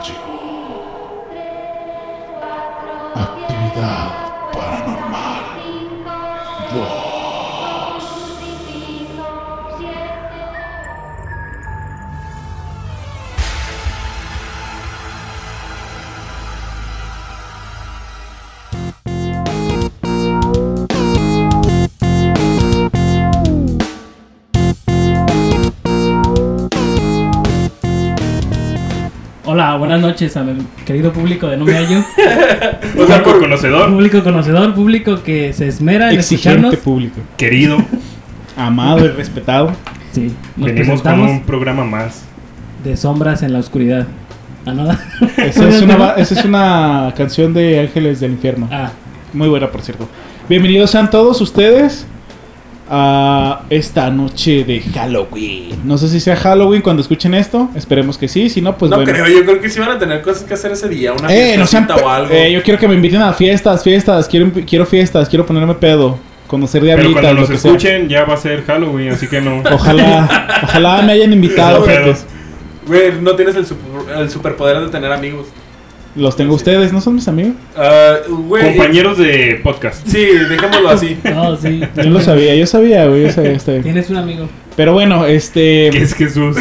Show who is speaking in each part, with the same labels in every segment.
Speaker 1: llegó. Actividad paranormal. Dos.
Speaker 2: Hola, buenas noches a mi querido público de No Me Hallo.
Speaker 3: O sea, por conocedor,
Speaker 2: público conocedor, público que se esmera en
Speaker 4: Exigente
Speaker 2: escucharnos.
Speaker 4: público.
Speaker 3: querido,
Speaker 4: Amado y respetado.
Speaker 2: Sí, nos
Speaker 3: venimos con
Speaker 2: presentamos
Speaker 3: un programa más.
Speaker 2: de sombras en la oscuridad. Ah, no.
Speaker 4: Esa es, una, va- esa es una canción de Ángeles del Infierno.
Speaker 2: Ah,
Speaker 4: Muy buena, por cierto. Bienvenidos sean todos ustedes a esta noche de Halloween. No sé si sea Halloween cuando escuchen esto. Esperemos que sí. Si no, pues
Speaker 5: no
Speaker 4: bueno.
Speaker 5: creo, yo creo que sí van a tener cosas que hacer ese día, una
Speaker 4: Eh, no sean
Speaker 5: fiestecita
Speaker 4: pe-
Speaker 5: o algo.
Speaker 4: eh, yo quiero que me inviten a fiestas, fiestas. Quiero, quiero fiestas, quiero ponerme pedo. Conocer
Speaker 3: Pero
Speaker 4: diablitas,
Speaker 3: cuando
Speaker 4: lo
Speaker 3: nos
Speaker 4: que sea.
Speaker 3: escuchen ya va a ser Halloween, así que no.
Speaker 4: Ojalá, ojalá me hayan invitado,
Speaker 3: No, pero-
Speaker 4: gentes.
Speaker 5: Güey, no tienes el, super- el superpoder de tener amigos.
Speaker 4: Los tengo ustedes, ¿no son mis amigos?
Speaker 5: Ah, güey.
Speaker 3: Compañeros de podcast.
Speaker 5: Sí, dejémoslo así.
Speaker 2: no, sí.
Speaker 4: Yo lo sabía, yo sabía, güey, yo sabía, está bien.
Speaker 2: Tienes un amigo.
Speaker 4: Pero bueno, este.
Speaker 3: Que es Jesús.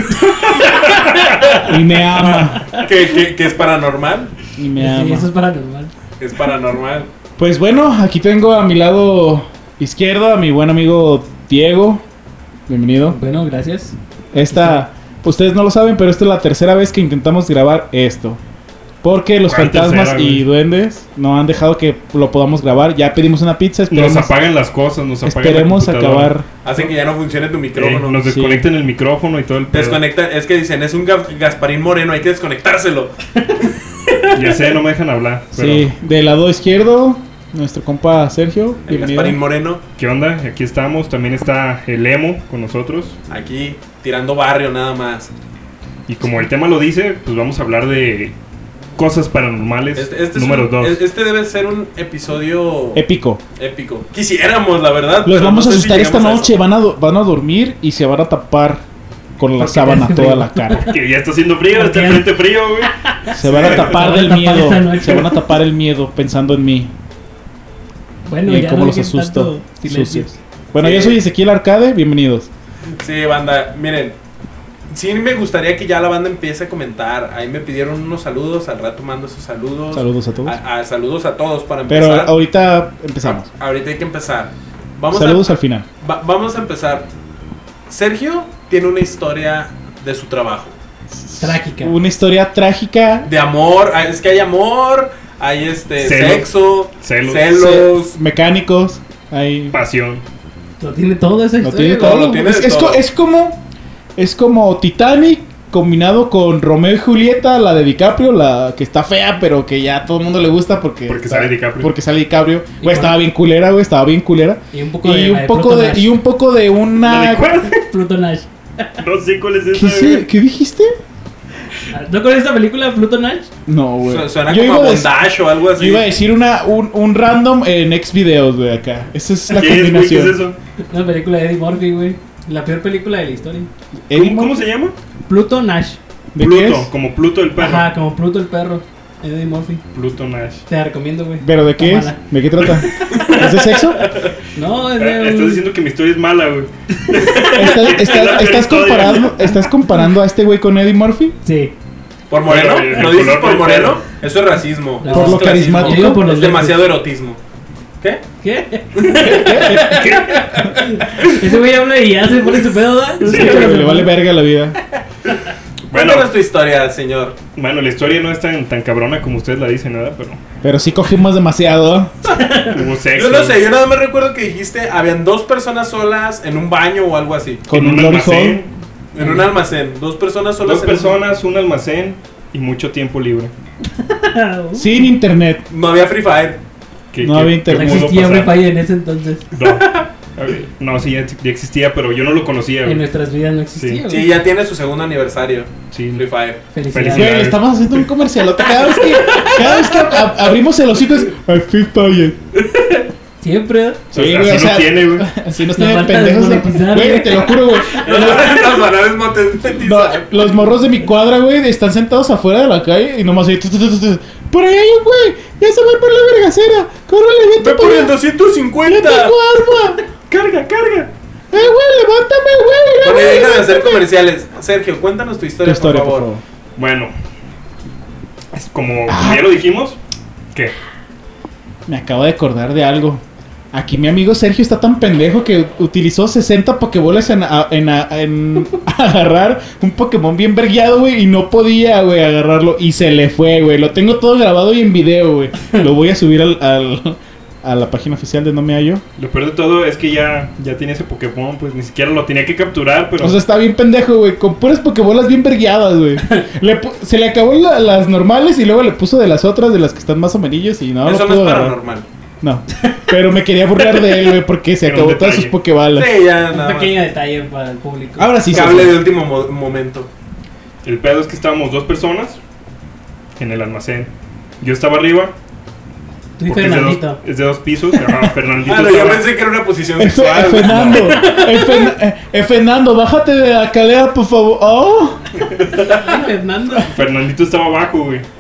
Speaker 4: Y me ama.
Speaker 5: que, que- que es paranormal.
Speaker 4: Y me
Speaker 2: Sí,
Speaker 4: ama.
Speaker 2: eso es paranormal.
Speaker 5: Es paranormal.
Speaker 4: Pues bueno, aquí tengo a mi lado izquierdo a mi buen amigo Diego. Bienvenido.
Speaker 2: Bueno, gracias.
Speaker 4: Esta. Ustedes no lo saben, pero esta es la tercera vez que intentamos grabar esto. Porque los
Speaker 3: ¿Cuál
Speaker 4: fantasmas
Speaker 3: tercera,
Speaker 4: y
Speaker 3: güey?
Speaker 4: duendes no han dejado que lo podamos grabar. Ya pedimos una pizza,
Speaker 3: Nos
Speaker 4: esperemos,
Speaker 3: apagan las cosas, nos apagan la
Speaker 4: esperemos
Speaker 3: computadora.
Speaker 4: acabar.
Speaker 5: Hacen que ya no funcione tu
Speaker 3: Eh,
Speaker 5: micrófono.
Speaker 3: nos
Speaker 4: Sí.
Speaker 3: desconectan el micrófono y todo el pedo.
Speaker 5: Desconecta, es que dicen, es un Ga- Gasparín Moreno, hay que desconectárselo.
Speaker 3: Ya sé, no me dejan hablar. Pero,
Speaker 4: Sí, del lado izquierdo, nuestro compa Sergio.
Speaker 5: El
Speaker 4: Bienvenido.
Speaker 5: Gasparín Moreno,
Speaker 3: ¿Qué onda? Aquí estamos. También está el emo con nosotros.
Speaker 5: aquí tirando barrio nada más.
Speaker 3: Y como el tema lo dice, pues vamos a hablar de cosas paranormales.
Speaker 5: Este, este es
Speaker 3: número
Speaker 5: un-
Speaker 3: 2.
Speaker 5: es- este debe ser un episodio
Speaker 4: Épico.
Speaker 5: épico. Quisiéramos, la verdad.
Speaker 4: Los
Speaker 5: pero
Speaker 4: vamos
Speaker 5: no
Speaker 4: a
Speaker 5: sé si
Speaker 4: asustar esta
Speaker 5: llegamos a
Speaker 4: noche,
Speaker 5: eso.
Speaker 4: van a, do- van a dormir y se van a tapar con la
Speaker 2: Porque
Speaker 4: sábana
Speaker 2: hace
Speaker 4: toda
Speaker 2: frío.
Speaker 4: la cara.
Speaker 3: Que ya está haciendo frío, está
Speaker 2: Ok.
Speaker 3: el frente frío, güey.
Speaker 4: Se van a tapar
Speaker 2: van a
Speaker 4: del
Speaker 2: tapar
Speaker 4: miedo.
Speaker 2: esta noche.
Speaker 4: Se van a tapar el miedo pensando en mí
Speaker 2: Bueno,
Speaker 4: y
Speaker 2: ya
Speaker 4: cómo
Speaker 2: no
Speaker 4: los
Speaker 2: dejen
Speaker 4: asusto.
Speaker 2: tanto silencio.
Speaker 4: Sucios. Bueno, yo
Speaker 5: Sí.
Speaker 4: soy Ezequiel Arcade, bienvenidos.
Speaker 5: Sí, banda, miren. Sí, me gustaría que ya la banda empiece a comentar. Ahí me pidieron unos saludos, al rato mando esos saludos.
Speaker 4: Saludos a
Speaker 2: Ah,
Speaker 4: todos.
Speaker 5: A, a- saludos a todos para
Speaker 4: Pero
Speaker 5: empezar.
Speaker 4: ahorita empezamos.
Speaker 5: Ahorita hay que empezar. Vamos
Speaker 4: Saludos
Speaker 5: a,
Speaker 4: al final.
Speaker 5: va- vamos a empezar. Sergio tiene una historia de su trabajo.
Speaker 2: Trágica.
Speaker 4: Una historia trágica.
Speaker 5: De amor, ah, es que hay amor, hay este
Speaker 3: Celos.
Speaker 5: sexo,
Speaker 3: Celos.
Speaker 5: celos.
Speaker 4: Mecánicos. Ahí.
Speaker 3: Pasión.
Speaker 2: Lo tiene todo esa
Speaker 4: Lo
Speaker 2: historia.
Speaker 4: tiene
Speaker 2: güey.
Speaker 4: todo.
Speaker 5: lo tiene
Speaker 4: es,
Speaker 5: de
Speaker 4: es co-
Speaker 5: todo.
Speaker 4: es como. Es como Titanic combinado con Romeo y Julieta, la de DiCaprio, la que está fea, pero que ya a todo el mundo le gusta porque.
Speaker 3: Porque
Speaker 4: está-
Speaker 3: sale DiCaprio.
Speaker 4: Porque sale DiCaprio. Güey,
Speaker 2: Y
Speaker 4: estaba
Speaker 2: con-
Speaker 4: bien culera, güey, estaba bien culera.
Speaker 2: Y un poco de. eh,
Speaker 4: Y
Speaker 2: la
Speaker 4: un poco de. Y un poco de
Speaker 3: ¿No
Speaker 4: una.
Speaker 3: recuerdas?
Speaker 2: Pluton Nash.
Speaker 3: No sé cuál es
Speaker 4: ¿Qué,
Speaker 3: esa.
Speaker 4: se-
Speaker 3: güey.
Speaker 4: qué dijiste?
Speaker 2: Ah, ¿No con esta película, Pluton Nash?
Speaker 4: No, güey.
Speaker 5: Su- Suena
Speaker 4: Yo
Speaker 5: como
Speaker 4: iba
Speaker 5: a
Speaker 4: a decir-
Speaker 5: bondage o algo
Speaker 4: yo
Speaker 5: así.
Speaker 4: iba a decir una, un, un random en ex videos, güey, acá. Esa es la
Speaker 3: ¿Qué es, güey? ¿Qué
Speaker 4: combinación.
Speaker 3: es eso?
Speaker 2: Una película de Eddie Murphy, güey. La peor película de la historia.
Speaker 4: Eddie
Speaker 3: ¿Cómo, cómo
Speaker 4: Murphy.
Speaker 3: se llama?
Speaker 2: Pluto Nash.
Speaker 4: ¿De
Speaker 3: Pluto,
Speaker 4: qué es?
Speaker 3: como Pluto el perro.
Speaker 2: Ajá, como Pluto el perro. Eddie Murphy.
Speaker 3: Pluto Nash.
Speaker 2: Te la recomiendo, güey.
Speaker 4: ¿Pero de
Speaker 2: Está
Speaker 4: qué
Speaker 2: mala.
Speaker 4: es? ¿De qué trata? ¿Es de sexo?
Speaker 2: No, es
Speaker 3: Eh,
Speaker 2: de.
Speaker 3: Estás
Speaker 2: un-
Speaker 3: diciendo que mi historia es mala, güey.
Speaker 4: ¿Estás, estás, estás comparando, ¿Estás comparando a este güey con Eddie Murphy?
Speaker 2: Sí.
Speaker 5: ¿Por Moreno?
Speaker 3: Pero, eh,
Speaker 5: ¿Lo
Speaker 3: el
Speaker 5: dices
Speaker 3: color
Speaker 5: por
Speaker 3: del
Speaker 5: Moreno?
Speaker 3: pelo.
Speaker 5: Eso es racismo.
Speaker 2: Por
Speaker 5: Eso es
Speaker 4: lo
Speaker 5: clasismo.
Speaker 4: carismático.
Speaker 2: Yo digo por los
Speaker 5: es
Speaker 2: lentes.
Speaker 5: demasiado erotismo. ¿Qué?
Speaker 2: ¿Qué? Ese güey habla y ya se pone su pedo, ¿verdad?
Speaker 4: Sí, pero le vale verga la vida.
Speaker 3: Bueno,
Speaker 5: Cuéntanos tu historia, señor.
Speaker 3: bueno, la historia no es tan, tan cabrona como ustedes la dicen, nada, pero
Speaker 4: Pero sí cogimos demasiado.
Speaker 3: hubo sexo.
Speaker 5: Yo no sé, yo nada más recuerdo que dijiste habían dos personas solas en un baño o algo así.
Speaker 4: Con
Speaker 3: en
Speaker 4: un
Speaker 3: un
Speaker 4: glory
Speaker 3: almacén.
Speaker 5: En un almacén. Dos personas solas
Speaker 3: Dos
Speaker 5: en un-
Speaker 3: personas, un almacén y mucho tiempo libre.
Speaker 4: hole. Sin internet.
Speaker 5: No había Free Fire.
Speaker 3: ¿Qué-
Speaker 4: No
Speaker 3: qué-
Speaker 4: había
Speaker 3: qué
Speaker 2: No
Speaker 4: internet.
Speaker 3: pudo
Speaker 2: existía
Speaker 3: pasar?
Speaker 2: Free Fire en ese entonces.
Speaker 3: No, A ver, no, sí, ya, ya existía, pero yo no lo conocía,
Speaker 2: En
Speaker 3: güey.
Speaker 2: nuestras vidas no existía.
Speaker 5: Sí,
Speaker 2: güey.
Speaker 5: ya tiene su segundo aniversario.
Speaker 3: Sí.
Speaker 5: Free Fire.
Speaker 2: Felicidades.
Speaker 4: Güey, le estamos haciendo un comercial. Cada vez que, cada vez que ab- abrimos el hocico es. "Ay, Free Fire".
Speaker 2: Siempre. ¿eh?
Speaker 4: Sí,
Speaker 3: Así
Speaker 4: güey, o
Speaker 3: lo
Speaker 4: sea-
Speaker 3: tiene, güey.
Speaker 4: Así no
Speaker 2: La
Speaker 4: están
Speaker 2: falta de
Speaker 4: pendejos.
Speaker 2: monetizar,
Speaker 4: Güey,
Speaker 2: güey.
Speaker 4: te lo juro, güey.
Speaker 5: Los van a
Speaker 4: No,
Speaker 5: desmonetizar.
Speaker 4: los morros de mi cuadra, güey, están sentados afuera de la calle y nomás ahí. tu, tu, tu, tu, tu. Por ahí hay un güey, ya se va por la vergacera. Córrele, vete
Speaker 5: ¡Ve
Speaker 4: para
Speaker 5: por el
Speaker 4: allá. Ya
Speaker 5: 250!
Speaker 4: tengo arma.
Speaker 3: Carga, carga.
Speaker 4: ¡Eh, güey, levántame, güey!
Speaker 5: Bueno, y
Speaker 4: güey,
Speaker 5: deja de hacer
Speaker 4: levántame.
Speaker 5: comerciales. Sergio, cuéntanos tu
Speaker 4: Tu
Speaker 5: historia,
Speaker 4: historia,
Speaker 5: por favor.
Speaker 3: Bueno, es como
Speaker 4: Ah.
Speaker 3: como ya lo dijimos, ¿qué?
Speaker 4: Me acabo de acordar de algo. Aquí mi amigo Sergio está tan pendejo que utilizó 60 pokebolas en, a- en a- en agarrar un Pokémon bien vergueado, güey, y no podía, güey, agarrarlo. Y se le fue, güey. Lo tengo todo grabado y en video, güey. Lo voy a subir al, al- a la página oficial de No Me Hallo.
Speaker 3: Lo peor de todo es que ya, ya tenía ese Pokémon, pues ni siquiera lo tenía que capturar, pero
Speaker 4: O sea, está bien pendejo, güey. Con puras pokebolas bien vergueadas, güey. Le pu- se le acabó la- las normales y luego le puso de las otras, de las que están más amarillas y no
Speaker 5: Eso
Speaker 4: lo
Speaker 5: no es
Speaker 4: pudo agarrar.
Speaker 5: paranormal.
Speaker 4: No. Pero me quería burlar de él, güey, porque se
Speaker 3: Era
Speaker 4: acabó
Speaker 3: un
Speaker 4: todas sus
Speaker 3: detalle.
Speaker 4: pokebalas.
Speaker 5: Sí, ya
Speaker 2: Un
Speaker 5: nada más.
Speaker 2: pequeño detalle para el público.
Speaker 4: Ahora sí,
Speaker 5: Cable
Speaker 4: Sergio.
Speaker 5: de último mo- momento.
Speaker 3: el pedo es que estábamos dos personas en el almacén. Yo estaba arriba,
Speaker 2: Tú y
Speaker 3: porque es de, dos,
Speaker 2: Fernandito.
Speaker 3: es de dos pisos, ajá, Fernandito
Speaker 5: Ah, no, yo
Speaker 3: estaba-
Speaker 5: pensé que era una posición
Speaker 4: Eh, Fe- eh,
Speaker 5: sexual.
Speaker 4: Fernando, eh, Fen- eh, eh, Fernando, bájate de la calera, por favor. Oh,
Speaker 2: Ay, Fernando.
Speaker 3: Fernandito estaba abajo, güey.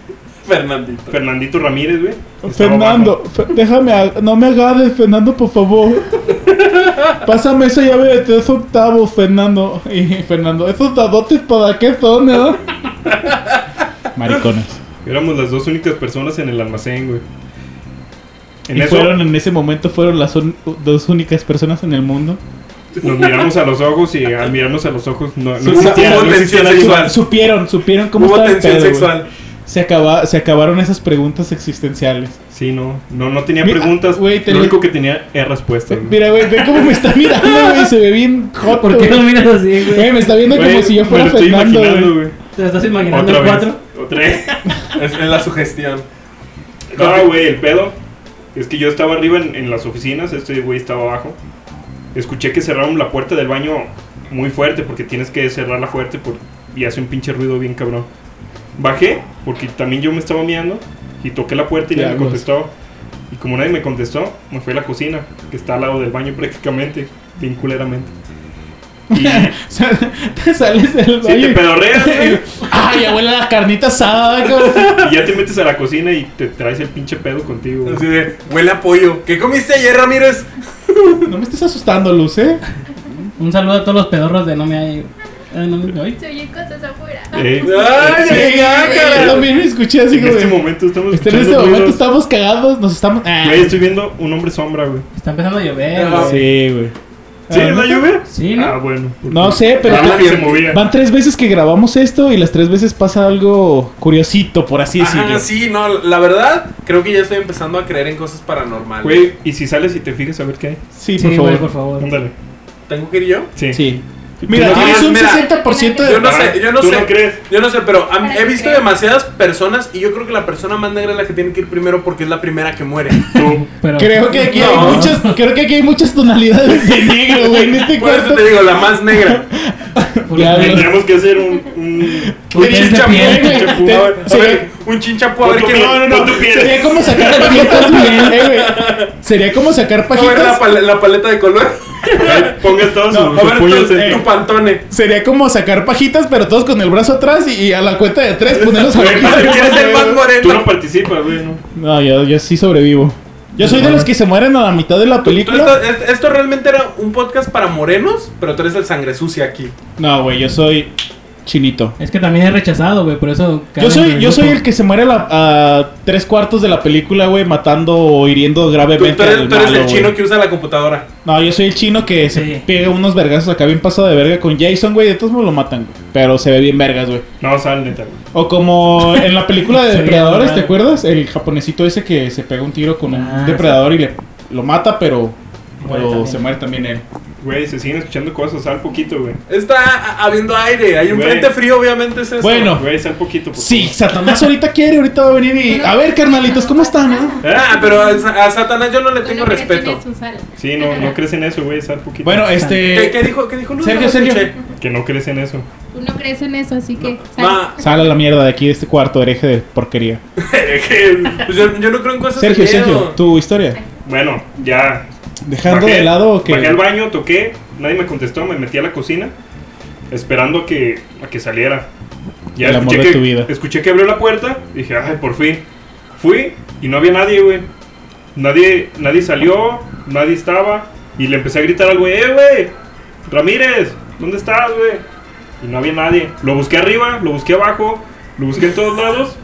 Speaker 5: Fernandito.
Speaker 3: Fernandito Ramírez, güey. estaba
Speaker 4: Fernando, Fe- déjame, ag- no me agarres, Fernando, por favor. Pásame esa llave de tres octavos, Fernando. Y Fernando, esos dadotes para qué son, ¿no? Maricones.
Speaker 3: abajo. Éramos las dos únicas personas en el almacén, güey. En
Speaker 4: y
Speaker 3: eso
Speaker 4: fueron en ese momento fueron las un- dos únicas personas en el mundo.
Speaker 3: nos miramos a los ojos y al mirarnos a los ojos no, no
Speaker 5: Hubo-
Speaker 3: existía,
Speaker 5: hubo
Speaker 3: no existía
Speaker 5: tensión
Speaker 3: la
Speaker 5: sexual.
Speaker 4: Supieron, supieron cómo
Speaker 5: Hubo
Speaker 4: estaba el
Speaker 5: tensión
Speaker 4: pedo, güey.
Speaker 5: sexual.
Speaker 4: Se, acaba, se acabaron esas preguntas existenciales.
Speaker 3: Sí, no, no, no tenía
Speaker 4: Mira,
Speaker 3: preguntas.
Speaker 4: ah, güey, te
Speaker 3: lo
Speaker 4: lo-
Speaker 3: único que tenía era respuestas. güey.
Speaker 4: Mira, güey, ve cómo me está mirando, güey. Se ve bien hot,
Speaker 2: ¿Por qué
Speaker 4: güey.
Speaker 2: no miras así,
Speaker 4: Güey,
Speaker 2: güey?
Speaker 4: me está viendo
Speaker 3: Güey,
Speaker 4: como si yo
Speaker 3: me
Speaker 4: fuera
Speaker 3: lo estoy
Speaker 4: Fernando,
Speaker 3: imaginando,
Speaker 4: güey.
Speaker 3: güey.
Speaker 2: ¿Te estás imaginando
Speaker 3: Otra
Speaker 2: el
Speaker 3: vez.
Speaker 2: cuatro?
Speaker 3: Otra vez.
Speaker 5: Es, es la sugestión.
Speaker 3: No, güey, el pedo. Es que yo estaba arriba en, en las oficinas, este güey estaba abajo. Escuché que cerraron la puerta del baño muy fuerte, porque tienes que cerrarla fuerte por- y hace un pinche ruido bien cabrón. Bajé, porque también yo me estaba meando, y toqué la puerta y nadie me
Speaker 4: Diablos.
Speaker 3: contestó. Y como nadie me contestó, me fui a la cocina, que está al lado del baño prácticamente, bien culeramente. Y
Speaker 4: O sea, te sales del
Speaker 3: si te
Speaker 4: baño.
Speaker 3: pedorreas, güey,
Speaker 4: Ay, abuela, la carnita asada, güey.
Speaker 3: y ya te metes a la cocina y te traes el pinche pedo contigo. güey.
Speaker 5: Así de, huele a pollo. ¿Qué comiste ayer, Ramírez?
Speaker 4: No me estés asustando, Luz, eh.
Speaker 2: Un saludo a todos los pedorros de No Me Hay. Eh, no me Ay.
Speaker 6: Se oyen cosas afuera.
Speaker 3: Eh,
Speaker 5: ¡Ay, ay, ay,
Speaker 4: Yo
Speaker 5: cara!
Speaker 4: también escuché así,
Speaker 3: en
Speaker 4: güey.
Speaker 3: este momento estamos
Speaker 4: Este- en este
Speaker 3: escuchando
Speaker 4: momento
Speaker 3: ruidos.
Speaker 4: estamos cagados, nos estamos. Ah.
Speaker 3: Güey, estoy viendo un hombre sombra, güey.
Speaker 2: Está empezando a llover,
Speaker 5: Ajá.
Speaker 2: güey.
Speaker 4: Sí, güey.
Speaker 3: ¿Sí?
Speaker 4: Ah,
Speaker 3: ¿La lluvia?
Speaker 2: Sí, ¿no?
Speaker 3: Ah, bueno.
Speaker 4: No sé, pero
Speaker 3: Nada más
Speaker 5: te-
Speaker 3: se movía.
Speaker 4: Van tres veces que grabamos esto y las tres veces pasa algo curiosito, por así decirlo.
Speaker 5: Ah, sí, no, la verdad, creo que ya estoy empezando a creer en cosas paranormales.
Speaker 3: Güey, y si sales y te fijas a ver qué hay.
Speaker 4: Sí,
Speaker 2: Sí,
Speaker 4: por
Speaker 2: güey,
Speaker 4: favor.
Speaker 2: por favor.
Speaker 3: Ándale.
Speaker 5: ¿Tengo que ir yo?
Speaker 3: Sí.
Speaker 4: Sí. Mira,
Speaker 5: no
Speaker 4: tienes
Speaker 5: crees,
Speaker 4: un
Speaker 5: mira,
Speaker 4: 60% de...
Speaker 5: Yo no sé, yo no
Speaker 3: ¿Tú
Speaker 5: sé.
Speaker 3: no crees?
Speaker 5: Yo no sé, pero a mí- he visto
Speaker 6: Ok.
Speaker 5: demasiadas personas y yo creo que la persona más negra es la que tiene que ir primero porque es la primera que muere.
Speaker 3: Tú.
Speaker 2: Pero
Speaker 4: Creo que aquí
Speaker 5: No.
Speaker 4: hay muchas, creo que aquí hay muchas tonalidades de negro, güey, en este
Speaker 5: Por eso
Speaker 4: cuarto.
Speaker 5: te digo, la más negra.
Speaker 4: Ya, güey.
Speaker 3: Tendríamos que hacer un. un...
Speaker 5: Un
Speaker 2: Ustedes
Speaker 5: chinchapu,
Speaker 2: de piel.
Speaker 5: un chinchapu, a ver,
Speaker 4: Sí.
Speaker 5: a ver, un chinchapu, a ver
Speaker 3: Pon tu
Speaker 5: quién-
Speaker 3: pie, pon tu pie.
Speaker 4: Sería como sacar pajitas, güey. eh, güey. Sería como sacar
Speaker 5: A ver la,
Speaker 4: pajitas.
Speaker 5: pal- la paleta de color.
Speaker 3: Ahí Pongas todos sus-
Speaker 4: No,
Speaker 5: A
Speaker 3: sus
Speaker 5: ver eh,
Speaker 3: puños
Speaker 5: tu,
Speaker 3: en-
Speaker 5: tu pantone.
Speaker 4: Sería como sacar pajitas, pero todos con el brazo atrás y, y a la cuenta de tres ponerlos a
Speaker 3: Güey,
Speaker 4: ver.
Speaker 5: A ver quién es el más
Speaker 3: Tú no
Speaker 5: moreno.
Speaker 3: participas, güey, ¿no?
Speaker 4: No, yo, yo sí sobrevivo. Yo soy de los que se mueren a la mitad de la
Speaker 5: Tú estás-
Speaker 4: película.
Speaker 5: est- esto realmente era un podcast para morenos, pero tú eres el sangre sucia aquí.
Speaker 4: No, güey, yo soy chinito.
Speaker 2: Es que también es rechazado, güey, por eso.
Speaker 4: Yo soy, yo soy el que se muere a, la- a tres cuartos de la película, güey, matando o hiriendo
Speaker 5: Tú, tú
Speaker 4: gravemente.
Speaker 5: eres,
Speaker 4: al
Speaker 5: tú eres
Speaker 4: malo,
Speaker 5: el chino
Speaker 4: güey.
Speaker 5: que usa la computadora.
Speaker 4: No, yo soy el chino que se
Speaker 2: Sí.
Speaker 4: pega unos vergazos acá bien pasado de verga con Jason, güey. De todos modos lo matan, güey. Pero se ve bien vergas, güey.
Speaker 3: No, sal, neta, güey.
Speaker 4: O como en la película de
Speaker 2: Se ve
Speaker 4: Depredadores,
Speaker 2: bien
Speaker 4: ¿te
Speaker 2: raro.
Speaker 4: acuerdas? El japonesito ese que se pega un tiro con
Speaker 2: Ah,
Speaker 4: un depredador y le, lo mata, pero,
Speaker 2: Muere
Speaker 4: pero
Speaker 2: también. Pues
Speaker 4: se muere también él.
Speaker 3: Güey, se siguen escuchando cosas. Sal poquito, güey.
Speaker 5: Está a- habiendo aire, hay un
Speaker 3: Güey.
Speaker 5: frente frío, obviamente es eso.
Speaker 4: Bueno.
Speaker 3: Güey, sal poquito. por
Speaker 4: Sí, Satanás ahorita quiere, ahorita va a venir y... A ver, carnalitos, ¿cómo están? eh?
Speaker 3: favor.
Speaker 5: Ah,
Speaker 3: ¿Eh?
Speaker 5: pero a, Sa- a Satanás yo no le
Speaker 6: Tú
Speaker 5: tengo
Speaker 6: no crees
Speaker 5: respeto.
Speaker 6: en sus alas.
Speaker 3: Sí, no, no crees en eso, güey. Sal poquito.
Speaker 4: Bueno,
Speaker 5: ¿Qué,
Speaker 4: este...
Speaker 5: qué dijo? ¿Qué dijo Luz?
Speaker 4: Sergio,
Speaker 5: No lo
Speaker 4: Sergio.
Speaker 5: escuché.
Speaker 3: Que no crees en eso.
Speaker 6: Tú no crees en eso, así que. sal.
Speaker 5: Ma,
Speaker 4: Sal a la mierda de aquí, de este cuarto hereje de porquería.
Speaker 5: eh, pues yo, yo no creo en cosas
Speaker 4: Sergio,
Speaker 5: de miedo.
Speaker 4: Sergio, tu historia.
Speaker 3: Bueno, ya.
Speaker 4: Dejando
Speaker 3: bajé-
Speaker 4: de lado que.
Speaker 3: Bajé al baño, toqué, nadie me contestó, me metí a la cocina, esperando a que, a que saliera. Ya
Speaker 4: El amor
Speaker 3: escuché,
Speaker 4: de
Speaker 3: que,
Speaker 4: tu vida.
Speaker 3: escuché que abrió la puerta, dije, ay, por fin. Fui y no había nadie, güey. Nadie, nadie salió, nadie estaba. Y le empecé a gritar al güey, eh, güey, Ramírez, ¿dónde estás, güey? Y no había nadie. Lo busqué arriba, lo busqué abajo, lo busqué en todos lados.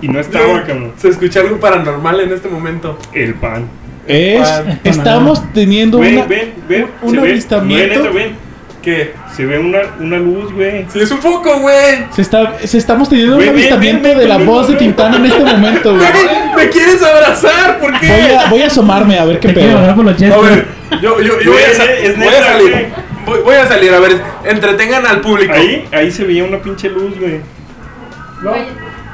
Speaker 3: Y no estaba, cabrón.
Speaker 5: Se escucha algo paranormal en este momento.
Speaker 3: El pan.
Speaker 4: Es,
Speaker 3: Ah,
Speaker 5: Pan-
Speaker 4: estamos teniendo
Speaker 3: Ven,
Speaker 4: una.
Speaker 3: ven, ven.
Speaker 4: un
Speaker 3: se ve-
Speaker 4: avistamiento.
Speaker 3: Ven, entra, ven.
Speaker 5: ¿Qué?
Speaker 3: Se ve una, una luz, güey.
Speaker 5: Sí, es un foco, güey.
Speaker 4: Se, está, se estamos teniendo
Speaker 3: Güey,
Speaker 4: un
Speaker 3: ven,
Speaker 4: avistamiento
Speaker 3: ven, ven,
Speaker 4: de la
Speaker 3: ven,
Speaker 4: voz
Speaker 3: ven,
Speaker 4: de Tintán en este momento, güey.
Speaker 5: Güey, ¿Me quieres abrazar? ¿Por qué?
Speaker 4: Voy a, voy a asomarme a ver qué
Speaker 2: Te quiero
Speaker 4: pedo.
Speaker 2: agarrar por los
Speaker 5: A
Speaker 2: chestos.
Speaker 5: ver, yo, yo, yo voy, a,
Speaker 3: Güey,
Speaker 5: sa-
Speaker 3: es
Speaker 5: voy
Speaker 3: neta,
Speaker 5: a salir.
Speaker 3: güey.
Speaker 5: Voy, voy a salir, a ver, entretengan al público.
Speaker 3: Ahí, ahí se veía una pinche luz, güey.
Speaker 6: Oye,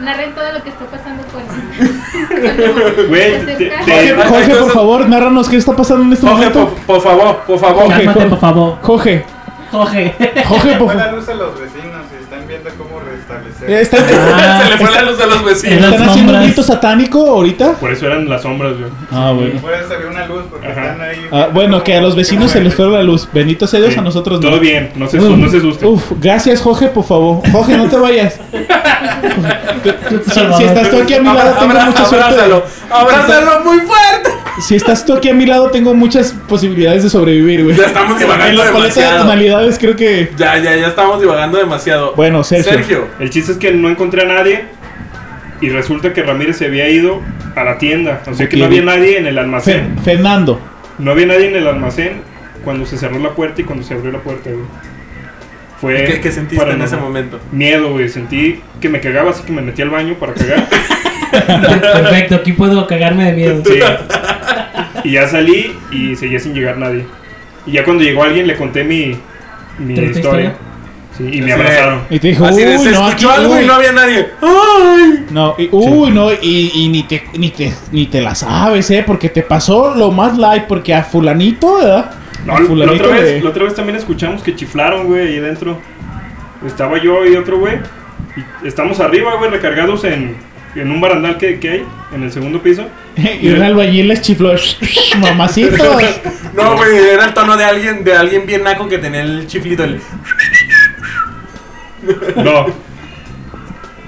Speaker 6: narren todo lo que está pasando con. con-
Speaker 3: Güey,
Speaker 6: se
Speaker 3: te-
Speaker 6: acerca.
Speaker 3: te-
Speaker 5: Ay,
Speaker 4: Jorge, por
Speaker 5: entonces-
Speaker 4: favor, narranos qué está pasando en este
Speaker 5: Jorge,
Speaker 4: momento.
Speaker 5: por, por favor, por favor.
Speaker 4: Jorge,
Speaker 2: Cálmate,
Speaker 4: Jorge.
Speaker 2: por favor.
Speaker 4: Jorge,
Speaker 2: Jorge.
Speaker 4: Jorge, por
Speaker 7: Fue la
Speaker 4: favor.
Speaker 7: luz a los vecinos y están viendo cómo restablecer.
Speaker 4: Eh, ¿Están,
Speaker 2: Ah,
Speaker 5: Se le fue la luz a los
Speaker 2: en
Speaker 5: vecinos.
Speaker 2: la-
Speaker 4: están haciendo un
Speaker 2: sombras.
Speaker 4: rito satánico ahorita?
Speaker 3: Por eso eran las sombras, güey.
Speaker 4: Ah, bueno.
Speaker 7: Por eso se ve una luz porque
Speaker 3: Ajá.
Speaker 7: están ahí.
Speaker 4: Ah, bueno, que a los vecinos se les fue la luz. Bendito sea Dios,
Speaker 3: Sí.
Speaker 4: a nosotros no. Uh,
Speaker 3: Todo bien, no se, asu- no se asusten.
Speaker 4: Uf, gracias, Jorge, por favor. Jorge, no te vayas. si, si estás tú aquí a mi lado,
Speaker 5: Abra-
Speaker 4: tengo
Speaker 5: abra-
Speaker 4: mucha suerte.
Speaker 5: abrázalo, abrázalo muy fuerte.
Speaker 4: Si estás tú aquí a mi lado, tengo muchas posibilidades de sobrevivir, güey.
Speaker 5: Ya estamos divagando
Speaker 4: En la paleta de
Speaker 5: demasiado.
Speaker 4: tonalidades, creo que.
Speaker 5: Ya, ya, ya estamos divagando demasiado.
Speaker 4: Bueno, Sergio.
Speaker 3: El chiste es que no encontré a nadie. Y resulta que Ramírez se había ido a la tienda. O sea que no
Speaker 4: Ok.
Speaker 3: había nadie en el
Speaker 4: Fer-
Speaker 3: almacén.
Speaker 4: Fernando.
Speaker 3: No había nadie en el almacén cuando se cerró la puerta y cuando se abrió la puerta, güey. Fue.
Speaker 4: Eh,
Speaker 5: ¿Qué, qué sentiste en
Speaker 3: paranormal.
Speaker 5: ese momento?
Speaker 3: Miedo, güey. Sentí que me cagaba, así que me metí al baño para cagar.
Speaker 2: Perfecto, aquí puedo cagarme de miedo.
Speaker 3: Sí. Y ya salí y seguía sin llegar nadie. Y ya cuando llegó alguien le conté mi, mi
Speaker 2: ¿Triste
Speaker 3: historia.
Speaker 2: historia?
Speaker 3: Sí, y me
Speaker 5: Sí.
Speaker 3: abrazaron.
Speaker 4: Y te dijo,
Speaker 5: Así de, se
Speaker 4: uy, no, aquí,
Speaker 5: escuchó algo
Speaker 4: uy.
Speaker 5: y no había nadie. ¡Ay!
Speaker 4: No, y, uy, no, y, y ni, te, ni, te, ni te la sabes, ¿eh? Porque te pasó lo más light, porque a fulanito, ¿verdad?
Speaker 3: No,
Speaker 4: a
Speaker 3: la, otra vez,
Speaker 4: de-
Speaker 3: la otra vez también escuchamos que chiflaron, güey, ahí dentro. Estaba yo y otro güey. Y estamos arriba, güey, recargados en, en un barandal que, que hay, en el segundo piso.
Speaker 4: Y un albañil les chifló, mamacitos.
Speaker 5: No, güey, era el tono de alguien, de alguien bien naco que tenía el chiflito. El...
Speaker 3: No.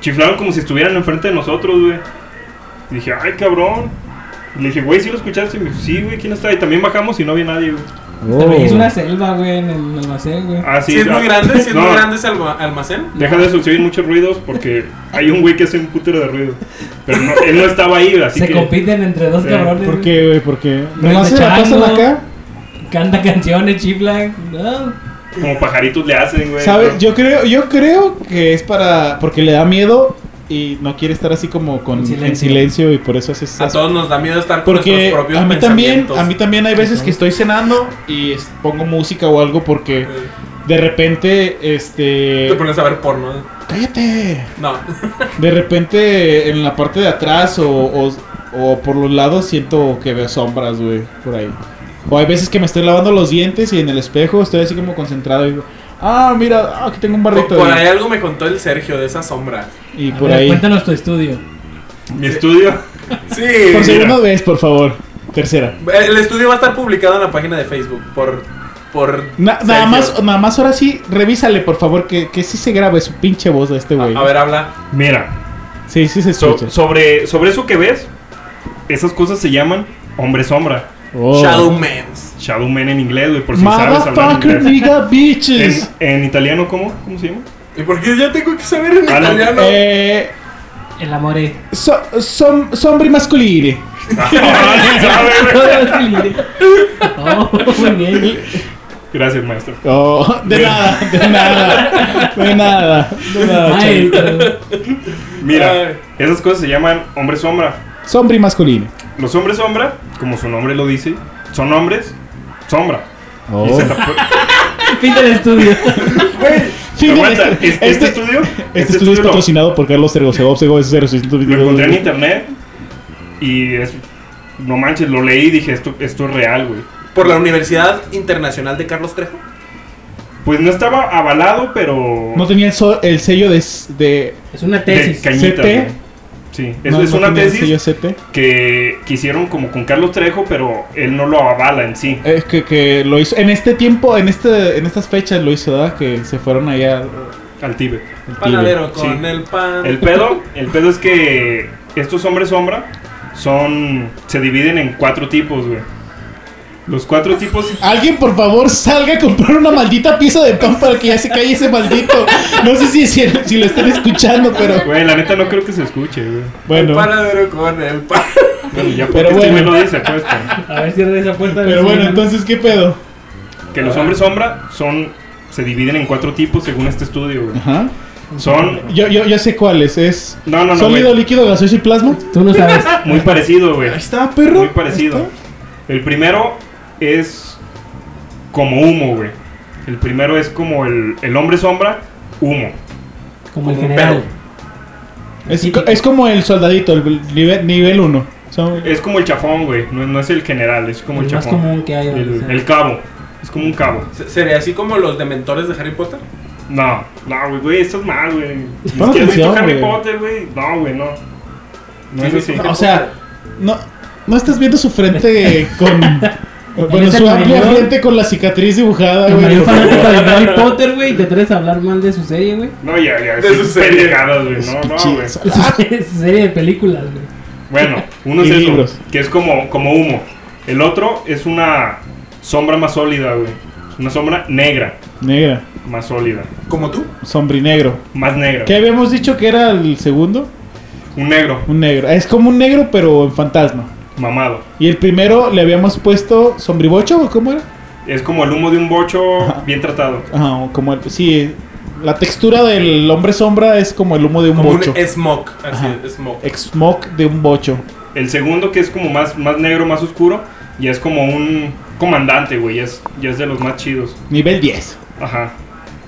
Speaker 3: Chiflaron como si estuvieran enfrente de nosotros, güey. Y dije, ay, cabrón. Y le dije, güey, ¿sí lo escuchaste? Y me dijo, sí, güey, ¿quién está? Y también bajamos y no había nadie, güey.
Speaker 2: También Este
Speaker 4: Oh.
Speaker 2: es una selva, güey, en el almacén, güey.
Speaker 3: Ah,
Speaker 5: Si
Speaker 3: sí.
Speaker 5: es
Speaker 3: ah,
Speaker 5: muy grande, si es
Speaker 3: no,
Speaker 5: muy grande ese alma- almacén.
Speaker 3: Deja de eso, se oyen muchos ruidos porque hay un güey que hace un putero de ruido. Pero no, él no estaba ahí, así
Speaker 2: Se
Speaker 3: que.
Speaker 2: compiten entre dos
Speaker 3: Sí.
Speaker 2: cabrones.
Speaker 4: Eh, ¿Por
Speaker 2: güey.
Speaker 4: qué, güey? ¿Por qué?
Speaker 2: Rey
Speaker 4: ¿No Oh. se la
Speaker 2: Machango.
Speaker 4: pasan acá?
Speaker 2: Canta canciones, chiflan. No.
Speaker 3: Como pajaritos le hacen, güey.
Speaker 4: ¿Sabes?
Speaker 3: ¿no?
Speaker 4: Yo creo, yo creo que es para. Porque le da miedo y no quiere estar así como con,
Speaker 2: En
Speaker 4: en,
Speaker 2: silencio.
Speaker 4: silencio. y por eso hace
Speaker 5: A
Speaker 4: esas-
Speaker 5: todos nos da miedo estar con
Speaker 4: Porque
Speaker 5: nuestros propios
Speaker 4: a mí también,
Speaker 5: pensamientos.
Speaker 4: a mí también hay veces que estoy cenando y es- pongo música o algo porque de repente,
Speaker 5: Te
Speaker 4: este.
Speaker 5: pones a ver porno.
Speaker 4: ¡Cállate!
Speaker 5: No.
Speaker 4: De repente en la parte de atrás o, o- o por los lados siento que veo sombras, güey, por ahí. O hay veces que me estoy lavando los dientes y en el espejo estoy así como concentrado y digo, ah, mira, ah, aquí tengo un
Speaker 5: Por,
Speaker 4: barrito.
Speaker 5: por
Speaker 4: de-".
Speaker 5: ahí algo me contó el Sergio de esa sombra.
Speaker 4: Y
Speaker 2: A
Speaker 4: por
Speaker 2: ver,
Speaker 4: ahí.
Speaker 2: Cuéntanos tu estudio.
Speaker 3: Mi estudio.
Speaker 5: Sí.
Speaker 4: Por
Speaker 3: mira.
Speaker 4: segunda vez, por favor. Tercera.
Speaker 5: El estudio va a estar publicado en la página de Facebook por por
Speaker 4: Na- nada
Speaker 5: Sergio.
Speaker 4: más, nada más ahora sí, revísale, por favor, que, que sí se grabe su pinche voz de este
Speaker 5: A,
Speaker 4: güey.
Speaker 5: a ver, habla.
Speaker 3: Mira,
Speaker 4: Sí, sí se
Speaker 3: so-
Speaker 4: escucha.
Speaker 3: sobre, sobre eso que ves, esas cosas se llaman hombre sombra.
Speaker 4: Oh.
Speaker 5: Shadow Mans.
Speaker 3: Shadow Man en inglés, güey, por si sabes hablar
Speaker 4: Motherfucker,
Speaker 3: inglés.
Speaker 4: nigga, bitches.
Speaker 3: En, en italiano, ¿cómo? ¿Cómo se llama?
Speaker 5: ¿Y por qué yo tengo que saber en
Speaker 3: Ah, no.
Speaker 5: italiano?
Speaker 4: Eh,
Speaker 2: El amore.
Speaker 4: so, som- sombri masculini.
Speaker 3: Ah,
Speaker 2: Oh, muy bien.
Speaker 3: Gracias, maestro.
Speaker 4: Oh, de
Speaker 3: Mira.
Speaker 4: nada, de nada, de nada, de nada,
Speaker 2: Ay,
Speaker 4: chavito.
Speaker 2: pero-
Speaker 3: Mira,
Speaker 5: Ay.
Speaker 3: esas cosas se llaman hombre sombra.
Speaker 4: Sombra y masculino.
Speaker 3: Los hombres sombra, como su nombre lo dice, son hombres sombra.
Speaker 4: Oh.
Speaker 3: Y se tapa-
Speaker 2: Fin del estudio.
Speaker 4: Sí, mira,
Speaker 3: Aguanta,
Speaker 4: este,
Speaker 3: ¿es- este,
Speaker 4: este-
Speaker 3: estudio,
Speaker 4: este estudio es
Speaker 3: lo-
Speaker 4: patrocinado por Carlos Sergocebov, Sego
Speaker 3: lo, encontré en internet y es, no manches, lo leí y dije, esto, esto es real, güey.
Speaker 5: Por la Universidad Internacional de Carlos Trejo.
Speaker 3: Pues no estaba avalado, pero...
Speaker 4: No tenía el, so- el sello de, s- de
Speaker 2: Es una
Speaker 3: de
Speaker 2: tesis.
Speaker 3: cañitas,
Speaker 4: CT.
Speaker 3: güey. Sí, es,
Speaker 4: No,
Speaker 3: es
Speaker 4: no
Speaker 3: una
Speaker 4: tenía el
Speaker 3: tesis
Speaker 4: sello CP.
Speaker 3: que, que hicieron como con Carlos Trejo, pero él no lo avala en sí.
Speaker 4: Es que, que lo hizo. En este tiempo, en este en estas fechas lo hizo, ¿verdad? Que se fueron allá al,
Speaker 3: Al Tíbet.
Speaker 4: al
Speaker 5: Panadero
Speaker 3: Sí.
Speaker 5: con el pan.
Speaker 3: El pedo, el pedo es que estos hombres sombra son. se dividen en cuatro tipos, güey. Los cuatro tipos.
Speaker 4: Tíbet. Alguien, por favor, salga a comprar una maldita pieza de pan para que ya se calle ese maldito. No sé si, si, si lo están escuchando, pero
Speaker 3: Güey, la neta no creo que se escuche, güey.
Speaker 5: El
Speaker 4: bueno.
Speaker 5: panadero con el pan.
Speaker 3: Bueno, ya porque
Speaker 4: Pero
Speaker 3: este
Speaker 4: bueno.
Speaker 3: güey lo dice, pues. que-
Speaker 2: A ver, cierra esa puerta. a ver
Speaker 4: Pero
Speaker 2: si
Speaker 4: bueno,
Speaker 2: llegan.
Speaker 4: entonces, ¿qué pedo?
Speaker 3: Que los hombres sombra son. se dividen en cuatro tipos según este estudio, güey.
Speaker 4: Ajá.
Speaker 3: Son.
Speaker 4: Yo, yo, yo sé cuáles. Es
Speaker 3: No, no, no.
Speaker 4: sólido,
Speaker 3: güey.
Speaker 4: líquido, gaseoso y plasma.
Speaker 2: Tú no sabes.
Speaker 3: Muy parecido, güey.
Speaker 4: Ahí está, perro.
Speaker 3: Muy parecido.
Speaker 4: Ahí
Speaker 3: El primero es como humo, güey. El primero es como el, el hombre sombra, humo.
Speaker 2: Como el
Speaker 5: Como un
Speaker 2: general.
Speaker 4: está. Es, co- es como el soldadito, el nivel nivel 1.
Speaker 3: Es como el chafón, güey. No, no es el general, es como el,
Speaker 2: el más
Speaker 3: chafón.
Speaker 2: común que hay. o
Speaker 3: El,
Speaker 2: sea.
Speaker 3: el cabo. Es como un cabo.
Speaker 5: Se- ¿Sería así como los dementores de Harry Potter?
Speaker 3: No, no, güey, güey, esto es mal, güey. Ni siquiera
Speaker 4: Pon
Speaker 3: has visto
Speaker 4: atención,
Speaker 3: Harry
Speaker 4: güey.
Speaker 3: Potter, güey. No, güey, no. No es así.
Speaker 4: O sea, no, no estás viendo su frente con. Bueno,
Speaker 2: Eres el
Speaker 4: su amplia
Speaker 2: mayor-
Speaker 4: frente con la cicatriz dibujada,
Speaker 3: Ah,
Speaker 2: El mayor
Speaker 4: güey.
Speaker 2: fanático de Harry Potter, güey, y te atreves a hablar mal de su serie, güey.
Speaker 3: No, ya, ya.
Speaker 5: De
Speaker 3: sí,
Speaker 5: sus series.
Speaker 3: pendejadas, güey. No, no, güey.
Speaker 4: Pinches.
Speaker 2: De Su serie, su serie de películas, güey.
Speaker 3: Bueno, uno es
Speaker 4: Y
Speaker 3: eso,
Speaker 4: libros.
Speaker 3: que es como, como humo. El otro es una sombra más sólida, güey. Una sombra negra,
Speaker 4: Negra,
Speaker 3: más sólida,
Speaker 5: ¿Como tú?
Speaker 4: sombrinegro.
Speaker 3: más negra.
Speaker 4: ¿Qué habíamos dicho que era el segundo?
Speaker 3: Un negro,
Speaker 4: Un negro. Es como un negro, pero en fantasma.
Speaker 3: mamado.
Speaker 4: Y el primero le habíamos puesto sombribocho, ¿o cómo era?
Speaker 3: Es como el humo de un bocho
Speaker 4: Ajá.
Speaker 3: bien tratado.
Speaker 4: Ajá, o como el- sí, la textura del hombre sombra es como el humo de un
Speaker 5: Como
Speaker 4: bocho.
Speaker 5: un smog. Así,
Speaker 4: Ajá. Eh,
Speaker 5: smog.
Speaker 4: Smoke de un bocho.
Speaker 3: El segundo, que es como más, más negro, más oscuro, y es como un comandante, güey. Ya es, ya es de los más chidos.
Speaker 4: Nivel 10.
Speaker 3: Ajá.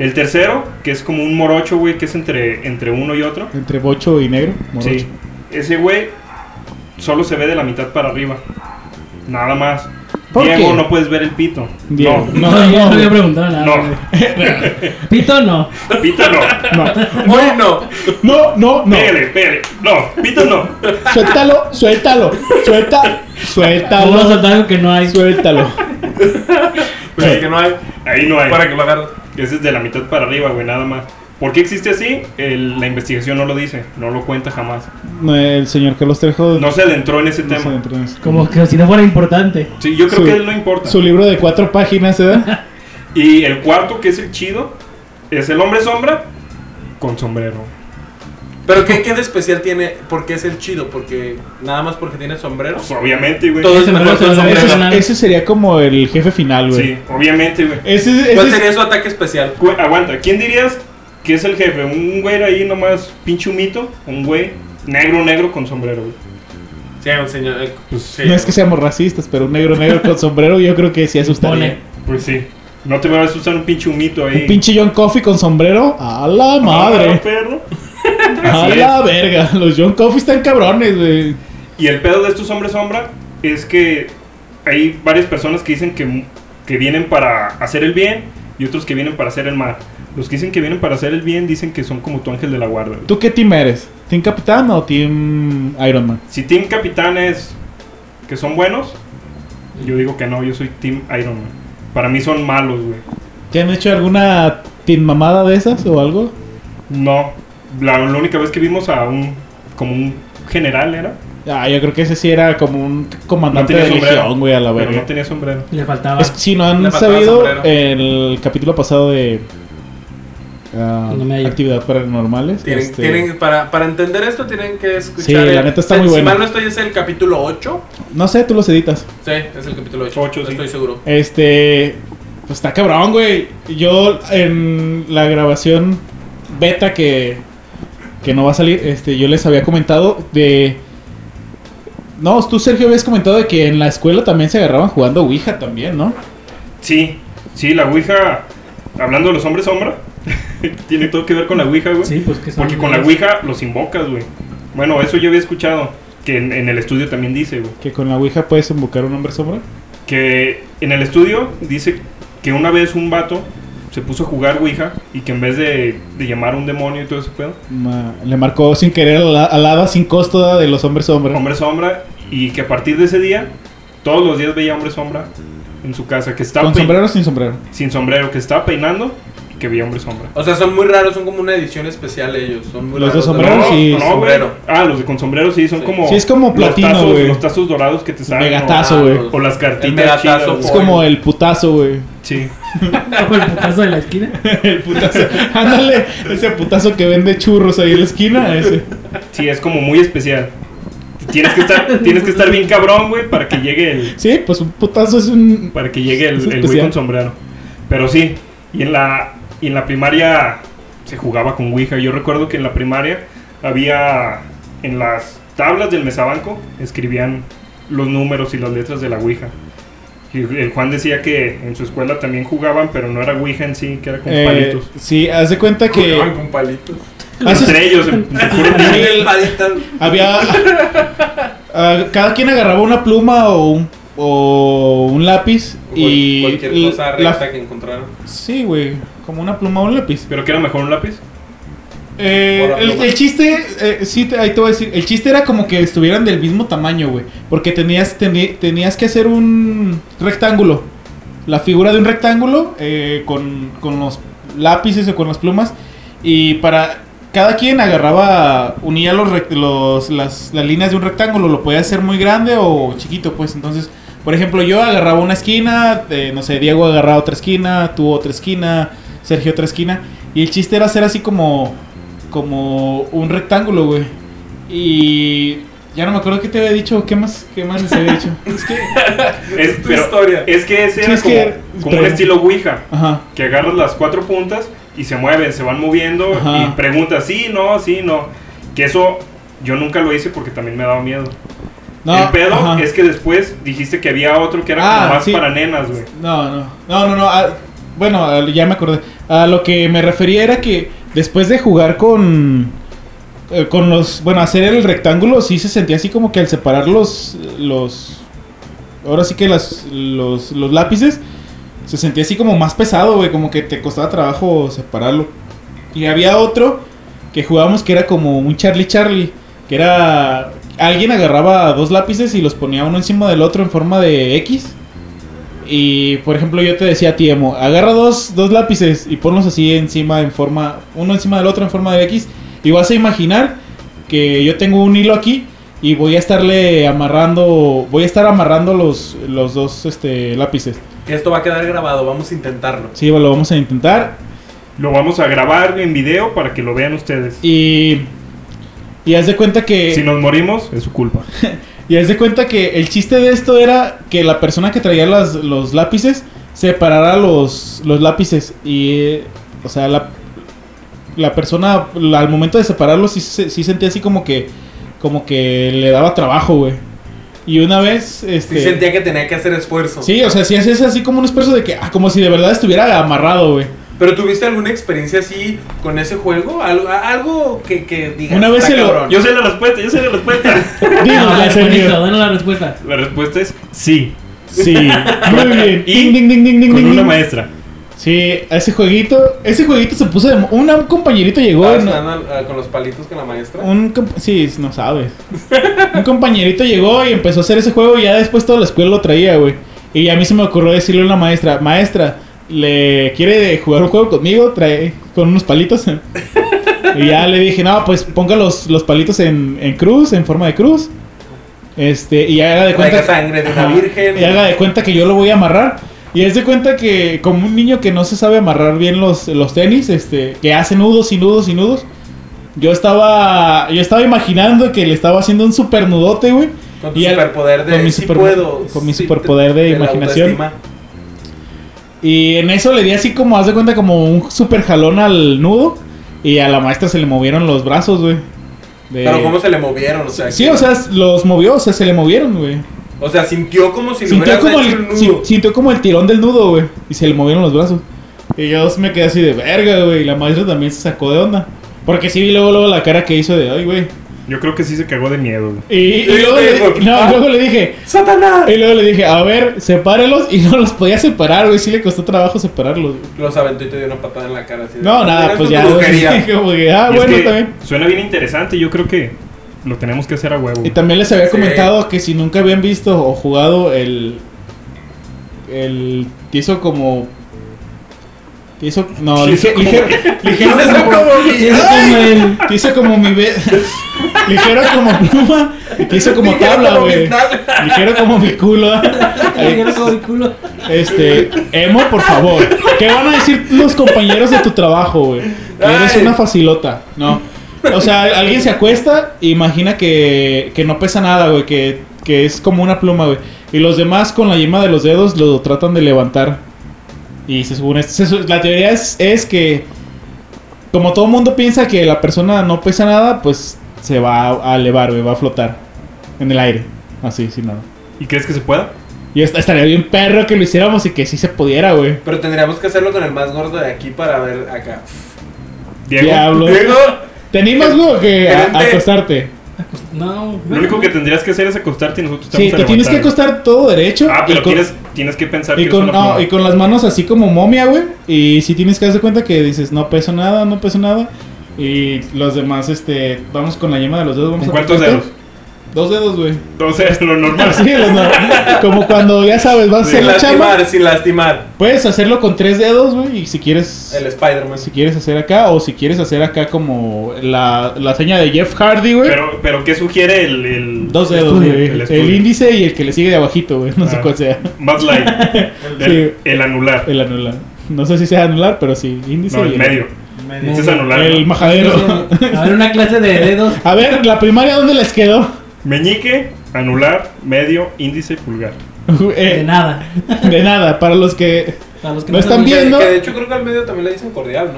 Speaker 3: El tercero, que es como un morocho, güey, que es entre, entre uno y otro.
Speaker 4: Entre bocho y negro. morocho.
Speaker 3: Sí. Ese güey solo se ve de la mitad para arriba. Nada más.
Speaker 4: ¿Por
Speaker 3: Diego,
Speaker 4: qué?
Speaker 3: no puedes ver el pito.
Speaker 4: Diego.
Speaker 2: No,
Speaker 3: No.
Speaker 4: No,
Speaker 2: yo
Speaker 4: no,
Speaker 2: no
Speaker 4: güey.
Speaker 2: había preguntado nada.
Speaker 3: No.
Speaker 2: güey. Pito no.
Speaker 3: Pito no.
Speaker 5: Hoy no. Pues
Speaker 4: No, no, no.
Speaker 3: Pégale, pégale. No, pito no.
Speaker 4: Suéltalo, suéltalo. Suelta,
Speaker 3: Ah,
Speaker 2: Vamos a
Speaker 4: suéltalo.
Speaker 2: soltar algo que no hay.
Speaker 4: Suéltalo.
Speaker 5: Pero es que no hay.
Speaker 3: Ahí no hay.
Speaker 5: Para que lo agarres.
Speaker 3: Ese es de la mitad para arriba, güey, nada más. ¿Por qué existe así? El- la investigación no lo dice, no lo cuenta jamás.
Speaker 4: No, El señor Carlos Trejo.
Speaker 3: No se adentró en ese
Speaker 4: no se
Speaker 3: tema.
Speaker 4: adentró en eso.
Speaker 2: Como que si no fuera importante.
Speaker 3: Sí, yo creo
Speaker 4: Su-
Speaker 3: que él no importa.
Speaker 4: Su libro de cuatro páginas, ¿eh? ¿verdad?
Speaker 3: Y el cuarto, que es el chido, es el hombre sombra con sombrero.
Speaker 5: Pero ¿qué, qué de especial tiene? Porque es el chido, porque nada más porque tiene sombrero.
Speaker 3: Pues, obviamente, güey.
Speaker 5: Todo es
Speaker 2: Ese
Speaker 5: mejor
Speaker 2: no
Speaker 5: que
Speaker 2: se
Speaker 5: el
Speaker 2: lo
Speaker 5: sombrero.
Speaker 2: merece.
Speaker 4: Ese, ese sería como el jefe final, güey.
Speaker 3: Sí, obviamente, güey.
Speaker 4: Ese, ese
Speaker 5: ¿Cuál
Speaker 4: es-
Speaker 5: sería su ataque especial?
Speaker 3: Cu- Aguanta, ¿quién dirías que es el jefe? ¿Un güey ahí nomás pinche humito? ¿Un güey negro, negro con sombrero, güey?
Speaker 5: Sí, un señor. eh,
Speaker 3: Pues,
Speaker 5: sí.
Speaker 4: No es que seamos racistas, pero un negro negro con sombrero yo creo que sí asustaría.
Speaker 2: Pone.
Speaker 3: Pues sí. No te vas a usar un pinche humito ahí.
Speaker 4: Un pinche John Coffee con sombrero. A la
Speaker 3: Ah,
Speaker 4: madre.
Speaker 3: perro.
Speaker 4: A
Speaker 3: Así
Speaker 4: la verga. Los John Coffee están cabrones, güey.
Speaker 3: Y el pedo de estos hombres sombra es que hay varias personas que dicen que, que vienen para hacer el bien y otros que vienen para hacer el mal. Los que dicen que vienen para hacer el bien dicen que son como tu ángel de la guarda. güey.
Speaker 4: ¿Tú qué team eres? ¿Team Capitán o Team Iron Man?
Speaker 3: Si Team Capitán es que son buenos, yo digo que no, yo soy Team Iron Man. Para mí son malos, güey.
Speaker 4: ¿Te han hecho alguna team mamada de esas o algo?
Speaker 3: No, la, la única vez que vimos a un, como un general era,
Speaker 4: Ah, yo creo que ese sí era como un comandante
Speaker 3: tenía
Speaker 4: de
Speaker 3: sombrero,
Speaker 4: legión, güey, a la
Speaker 3: pero
Speaker 4: verga.
Speaker 3: no tenía sombrero.
Speaker 2: Le faltaba.
Speaker 4: Es que si no han
Speaker 5: Le faltaba
Speaker 4: sabido
Speaker 5: sombrero.
Speaker 4: el capítulo pasado de ah,
Speaker 2: No me hallo.
Speaker 4: actividad paranormales.
Speaker 5: Tienen,
Speaker 4: este,
Speaker 5: tienen- para, para entender esto tienen que escuchar.
Speaker 4: Sí, la
Speaker 5: el-
Speaker 4: neta está
Speaker 5: si-
Speaker 4: muy
Speaker 5: si
Speaker 4: bueno.
Speaker 5: mal no estoy, es el capítulo 8.
Speaker 4: No sé, tú los editas.
Speaker 5: Sí, es el capítulo 8.
Speaker 3: Ocho, sí.
Speaker 5: Estoy seguro.
Speaker 4: Este. Pues está cabrón, güey. Yo en la grabación beta que. que no va a salir, este, yo les había comentado de. No, tú Sergio habías comentado de que en la escuela también se agarraban jugando Ouija también, ¿no?
Speaker 3: Sí, sí, la Ouija, hablando de los hombres sombra, tiene todo que ver con la Ouija, güey.
Speaker 2: Sí, pues que son.
Speaker 3: Porque con la Ouija los invocas, güey. Bueno, eso yo había escuchado, que en, en el estudio también dice, güey.
Speaker 4: Que con la Ouija puedes invocar un hombre sombra.
Speaker 3: Que en el estudio dice que una vez un vato se puso a jugar Ouija y que en vez de, de llamar a un demonio y todo ese pedo,
Speaker 4: Ma- le marcó sin querer al, al hada sin costo de los hombres sombra.
Speaker 3: Hombre Sombra, y que a partir de ese día, todos los días veía Hombre Sombra en su casa, que estaba
Speaker 4: ¿Con
Speaker 3: pein-
Speaker 4: sombrero o sin sombrero?
Speaker 3: sin sombrero, que estaba peinando y que veía Hombre Sombra.
Speaker 5: O sea, son muy raros, son como una edición especial ellos. Son muy
Speaker 4: Los de
Speaker 5: raros.
Speaker 4: sombrero,
Speaker 5: No,
Speaker 4: sí.
Speaker 5: con
Speaker 3: no, güey.
Speaker 5: sombrero.
Speaker 3: Ah, los de con sombrero sí, son
Speaker 5: Sí.
Speaker 3: como.
Speaker 4: Sí, es como platino,
Speaker 3: los tazos,
Speaker 4: güey.
Speaker 3: los tazos dorados que te salen.
Speaker 4: Megatazo,
Speaker 5: Ah,
Speaker 4: güey.
Speaker 5: los-
Speaker 3: O las cartitas
Speaker 5: el megatazo,
Speaker 3: chidas.
Speaker 4: Es
Speaker 5: pollo.
Speaker 4: como el putazo, güey.
Speaker 3: Sí.
Speaker 2: Ojo, el putazo de la esquina.
Speaker 4: El putazo. Ándale, ese putazo que vende churros ahí en la esquina. Ese.
Speaker 3: Sí, es como muy especial. Tienes que estar, tienes que estar bien cabrón, güey, para que llegue el,
Speaker 4: Sí, pues un putazo es un.
Speaker 3: para que llegue
Speaker 4: Es
Speaker 3: el, el güey
Speaker 4: especial.
Speaker 3: con sombrero. Pero sí, y en la, y en la primaria se jugaba con Ouija. Yo recuerdo que en la primaria había en las tablas del mesabanco escribían los números y las letras de la Ouija. Y el Juan decía que en su escuela también jugaban, pero no era Ouija en sí, que era con
Speaker 4: eh,
Speaker 3: palitos.
Speaker 4: sí, haz de cuenta
Speaker 5: Jugaban
Speaker 4: que.
Speaker 5: con palitos.
Speaker 4: haces-
Speaker 3: Entre ellos, en- de puro niño.
Speaker 5: Miren, palitas.
Speaker 4: había. ah, cada quien agarraba una pluma o un, o un lápiz y.
Speaker 5: Y cualquier cosa
Speaker 4: la-
Speaker 5: recta que encontraron.
Speaker 4: Sí, güey. Como una pluma o un lápiz.
Speaker 3: pero que era mejor un lápiz.
Speaker 4: Eh,
Speaker 5: Por la
Speaker 4: el,
Speaker 5: pluma.
Speaker 4: el chiste, eh, sí, te- ahí te voy a decir, el chiste era como que estuvieran del mismo tamaño, güey. Porque tenías, teni- tenías que hacer un rectángulo. La figura de un rectángulo eh, con, con los lápices o con las plumas. Y para cada quien agarraba, unía los, rec- los- las, las líneas de un rectángulo. Lo podía hacer muy grande o chiquito, pues. Entonces, por ejemplo, yo agarraba una esquina, eh, no sé, Diego agarraba otra esquina, tú otra esquina, Sergio otra esquina. Y el chiste era hacer así como, como un rectángulo, güey. Y ya no me acuerdo qué te había dicho, qué más, qué más les había dicho. Es que,
Speaker 3: Es,
Speaker 5: tu
Speaker 3: pero-
Speaker 5: historia.
Speaker 3: es que ese
Speaker 4: Sí,
Speaker 3: era
Speaker 4: es
Speaker 3: como,
Speaker 4: que-
Speaker 3: como un
Speaker 4: pero-
Speaker 3: estilo Ouija.
Speaker 4: ajá.
Speaker 3: que agarras las cuatro puntas y se mueven, se van moviendo
Speaker 4: Ajá.
Speaker 3: y preguntas, sí, no, sí, no. Que eso yo nunca lo hice porque también me daba miedo.
Speaker 4: No,
Speaker 3: el pedo
Speaker 4: ajá.
Speaker 3: es que después dijiste que había otro que era
Speaker 4: Ah,
Speaker 3: como más
Speaker 4: sí.
Speaker 3: para nenas, güey.
Speaker 4: No, no, no, no, no. ah, bueno, ah, ya me acordé. A lo que me refería era que después de jugar con. eh, con los. Bueno, hacer el rectángulo, sí se sentía así como que al separar los. los ahora sí que las, los, los lápices. Se sentía así como más pesado, güey. Como que te costaba trabajo separarlo. Y había otro que jugábamos que era como un Charlie Charlie. Que era. Alguien agarraba dos lápices y los ponía uno encima del otro en forma de X. Y por ejemplo, yo te decía a ti, Emo, agarra dos, dos lápices y ponlos así encima en forma, uno encima del otro en forma de X. Y vas a imaginar que yo tengo un hilo aquí y voy a estarle amarrando, voy a estar amarrando los, los dos este, lápices.
Speaker 5: Que esto va a quedar grabado, vamos a intentarlo.
Speaker 4: Sí, lo vamos a intentar.
Speaker 3: Lo vamos a grabar en video para que lo vean ustedes.
Speaker 4: Y, eh, y haz de cuenta que...
Speaker 3: si nos morimos, es su culpa.
Speaker 4: Y haz de cuenta que el chiste de esto era que la persona que traía las- los lápices separara los, los lápices. Y, eh, o sea, la, la persona la- al momento de separarlos sí, se- sí sentía así como que, como que le daba trabajo, güey. Y una vez,
Speaker 5: Sí,
Speaker 4: este...
Speaker 5: sentía que tenía que hacer esfuerzo.
Speaker 4: sí, o sea, sí hacías así como un esfuerzo de que, ah, como si de verdad estuviera amarrado, güey.
Speaker 5: ¿Pero tuviste alguna experiencia así con ese juego? Algo, a- algo que, que digas.
Speaker 4: Una vez
Speaker 5: "Está
Speaker 4: se lo-
Speaker 5: cabrón".
Speaker 3: Yo sé la respuesta, yo sé la respuesta.
Speaker 4: Digo,
Speaker 2: a
Speaker 4: en
Speaker 2: ver,
Speaker 4: serio.
Speaker 2: Juanito, danos la respuesta.
Speaker 3: la respuesta es sí,
Speaker 4: Sí, muy bien.
Speaker 3: Y
Speaker 4: Ding, ding, ding, ding, ding,
Speaker 3: con
Speaker 4: ding,
Speaker 3: una
Speaker 4: ding.
Speaker 3: maestra.
Speaker 4: Sí, ese jueguito, ese jueguito se puso de... mo- Una, un compañerito llegó...
Speaker 5: Estabas
Speaker 4: en-
Speaker 5: jugando, ah, con los palitos con la maestra.
Speaker 4: Un comp- sí, no sabes. Un compañerito llegó y empezó a hacer ese juego y ya después toda la escuela lo traía, güey. Y a mí se me ocurrió decirle a una maestra, maestra, ¿le quiere jugar un juego conmigo? Trae con unos palitos. y ya le dije, no, pues ponga los, los palitos en, en cruz, en forma de cruz. Este, y haga de
Speaker 5: Traiga
Speaker 4: cuenta.
Speaker 5: sangre de una
Speaker 4: Ajá.
Speaker 5: virgen.
Speaker 4: Y haga de cuenta que yo lo voy a amarrar. Y es de cuenta que como un niño que no se sabe amarrar bien los, los tenis, este, que hace nudos y nudos y nudos. Yo estaba. Yo estaba imaginando que le estaba haciendo un super nudote, güey.
Speaker 5: Con tu
Speaker 4: y al-
Speaker 5: superpoder de
Speaker 4: con mi
Speaker 5: sí
Speaker 4: super-
Speaker 5: puedo.
Speaker 4: con mi
Speaker 5: sí,
Speaker 4: superpoder de
Speaker 5: la
Speaker 4: imaginación.
Speaker 5: autoestima.
Speaker 4: Y en eso le di así como, haz de cuenta, como un super jalón al nudo. Y a la maestra se le movieron los brazos, güey. De-
Speaker 5: Pero cómo se le movieron, o sea.
Speaker 4: Eh, Sí,
Speaker 5: que-
Speaker 4: o sea, los movió, o sea, se le movieron, güey.
Speaker 5: O sea, sintió como si le
Speaker 4: Sintió
Speaker 5: hubieras
Speaker 4: como,
Speaker 5: hecho
Speaker 4: el,
Speaker 5: un nudo.
Speaker 4: sin- sintió como el tirón del nudo, güey. Y se le movieron los brazos. Y yo me quedé así de verga, güey. Y la maestra también se sacó de onda. Porque sí vi luego, luego la cara que hizo de, ay, güey.
Speaker 3: Yo creo que sí se cagó de miedo, güey.
Speaker 4: Y, y luego, le, no,
Speaker 5: ah.
Speaker 4: y luego le dije,
Speaker 5: ¡Satanás!
Speaker 4: y luego le dije, a ver, sepáralos. Y no los podía separar, güey. Sí le costó trabajo separarlos. güey.
Speaker 5: Los aventó y te dio una patada en la cara. Así de,
Speaker 4: No,
Speaker 5: "Mira,
Speaker 4: nada,
Speaker 5: es
Speaker 4: pues
Speaker 5: tu
Speaker 4: ya.
Speaker 5: brujería".
Speaker 4: Como que, ah,
Speaker 3: Y es
Speaker 4: bueno,
Speaker 3: que
Speaker 4: también.
Speaker 3: Suena bien interesante, yo creo que lo tenemos que hacer a huevo.
Speaker 4: Y también les había
Speaker 5: Sí.
Speaker 4: comentado que si nunca habían visto o jugado el. El. Hizo como. Hizo. No,
Speaker 3: Hizo
Speaker 4: lige-
Speaker 3: como-
Speaker 4: ligero. Ligero
Speaker 5: Hizo
Speaker 4: como.
Speaker 5: como mi-
Speaker 4: hizo como el- Hizo como mi. be- Ligero como pluma. y Hizo como
Speaker 5: Ligero
Speaker 4: tabla,
Speaker 5: como
Speaker 4: güey.
Speaker 5: mis nalgas.
Speaker 4: Ligero como mi culo. Ahí.
Speaker 2: Yo como el culo.
Speaker 4: Este. Emo, por favor. ¿Qué van a decir los compañeros de tu trabajo, güey? Que eres
Speaker 5: Ay.
Speaker 4: una facilota. No. O sea, alguien se acuesta e imagina que, que no pesa nada, güey, que, que es como una pluma, güey. Y los demás con la yema de los dedos lo tratan de levantar. Y se supone, se su- la teoría es, es que como todo mundo piensa que la persona no pesa nada, pues se va a, a elevar, güey, va a flotar en el aire, así, sin nada.
Speaker 3: ¿Y crees que se pueda?
Speaker 4: Y est- estaría bien perro que lo hiciéramos y que sí se pudiera, güey.
Speaker 5: Pero tendríamos que hacerlo con el más gordo de aquí para ver acá.
Speaker 3: Diego.
Speaker 4: Diablo.
Speaker 5: Diego,
Speaker 4: ¿Te animas, güey, que a, a
Speaker 5: Gerente.
Speaker 4: acostarte?
Speaker 2: No,
Speaker 3: Lo único que tendrías que hacer es acostarte y nosotros te
Speaker 4: Sí,
Speaker 3: vamos
Speaker 4: te
Speaker 3: a
Speaker 4: tienes que
Speaker 3: levantar.
Speaker 4: acostar todo derecho.
Speaker 3: Ah, pero
Speaker 4: y con-
Speaker 3: tienes, tienes que pensar
Speaker 4: Y
Speaker 3: que
Speaker 4: con,
Speaker 3: es una
Speaker 4: no,
Speaker 3: pluma.
Speaker 4: y con las manos así como momia, güey. Y si tienes que darse cuenta que dices, no peso nada, no peso nada. Y los demás, este, vamos con la yema de los dedos. Vamos
Speaker 3: ¿Con
Speaker 4: a
Speaker 3: cuántos
Speaker 4: tocarte.
Speaker 3: dedos?
Speaker 4: Dos dedos, güey.
Speaker 3: Entonces, lo normal.
Speaker 4: Así, los no- como cuando, ya sabes, vas a hacer
Speaker 5: sin
Speaker 4: la chamba.
Speaker 5: lastimar, sin lastimar.
Speaker 4: Puedes hacerlo con tres dedos, güey. Y si quieres,
Speaker 5: El Spider-Man.
Speaker 4: si quieres hacer acá, o si quieres hacer acá como la, la seña de Jeff Hardy, güey.
Speaker 3: Pero, pero ¿qué sugiere el. el
Speaker 4: Dos dedos,
Speaker 3: estudio?
Speaker 4: güey. El,
Speaker 3: El, estudio.
Speaker 4: índice y el que le sigue de abajito, güey. No sé
Speaker 3: Ah.
Speaker 4: cuál sea.
Speaker 3: Bud Light. El,
Speaker 4: Sí.
Speaker 3: el anular.
Speaker 4: El anular. No sé si sea anular, pero sí. Índice
Speaker 3: no,
Speaker 4: y
Speaker 3: el medio.
Speaker 7: Medio.
Speaker 3: Este es anular.
Speaker 4: El
Speaker 3: ¿no?
Speaker 4: majadero.
Speaker 2: A ver, una clase de dedos.
Speaker 4: A ver, la primaria, ¿dónde les quedó?
Speaker 3: Meñique, anular, medio, índice, pulgar.
Speaker 2: De
Speaker 4: Eh,
Speaker 2: nada.
Speaker 4: de nada, para los que.
Speaker 2: Para los que
Speaker 4: No están
Speaker 5: Que-
Speaker 2: saben,
Speaker 4: viendo.
Speaker 5: Que, de hecho creo que al medio también le dicen cordial,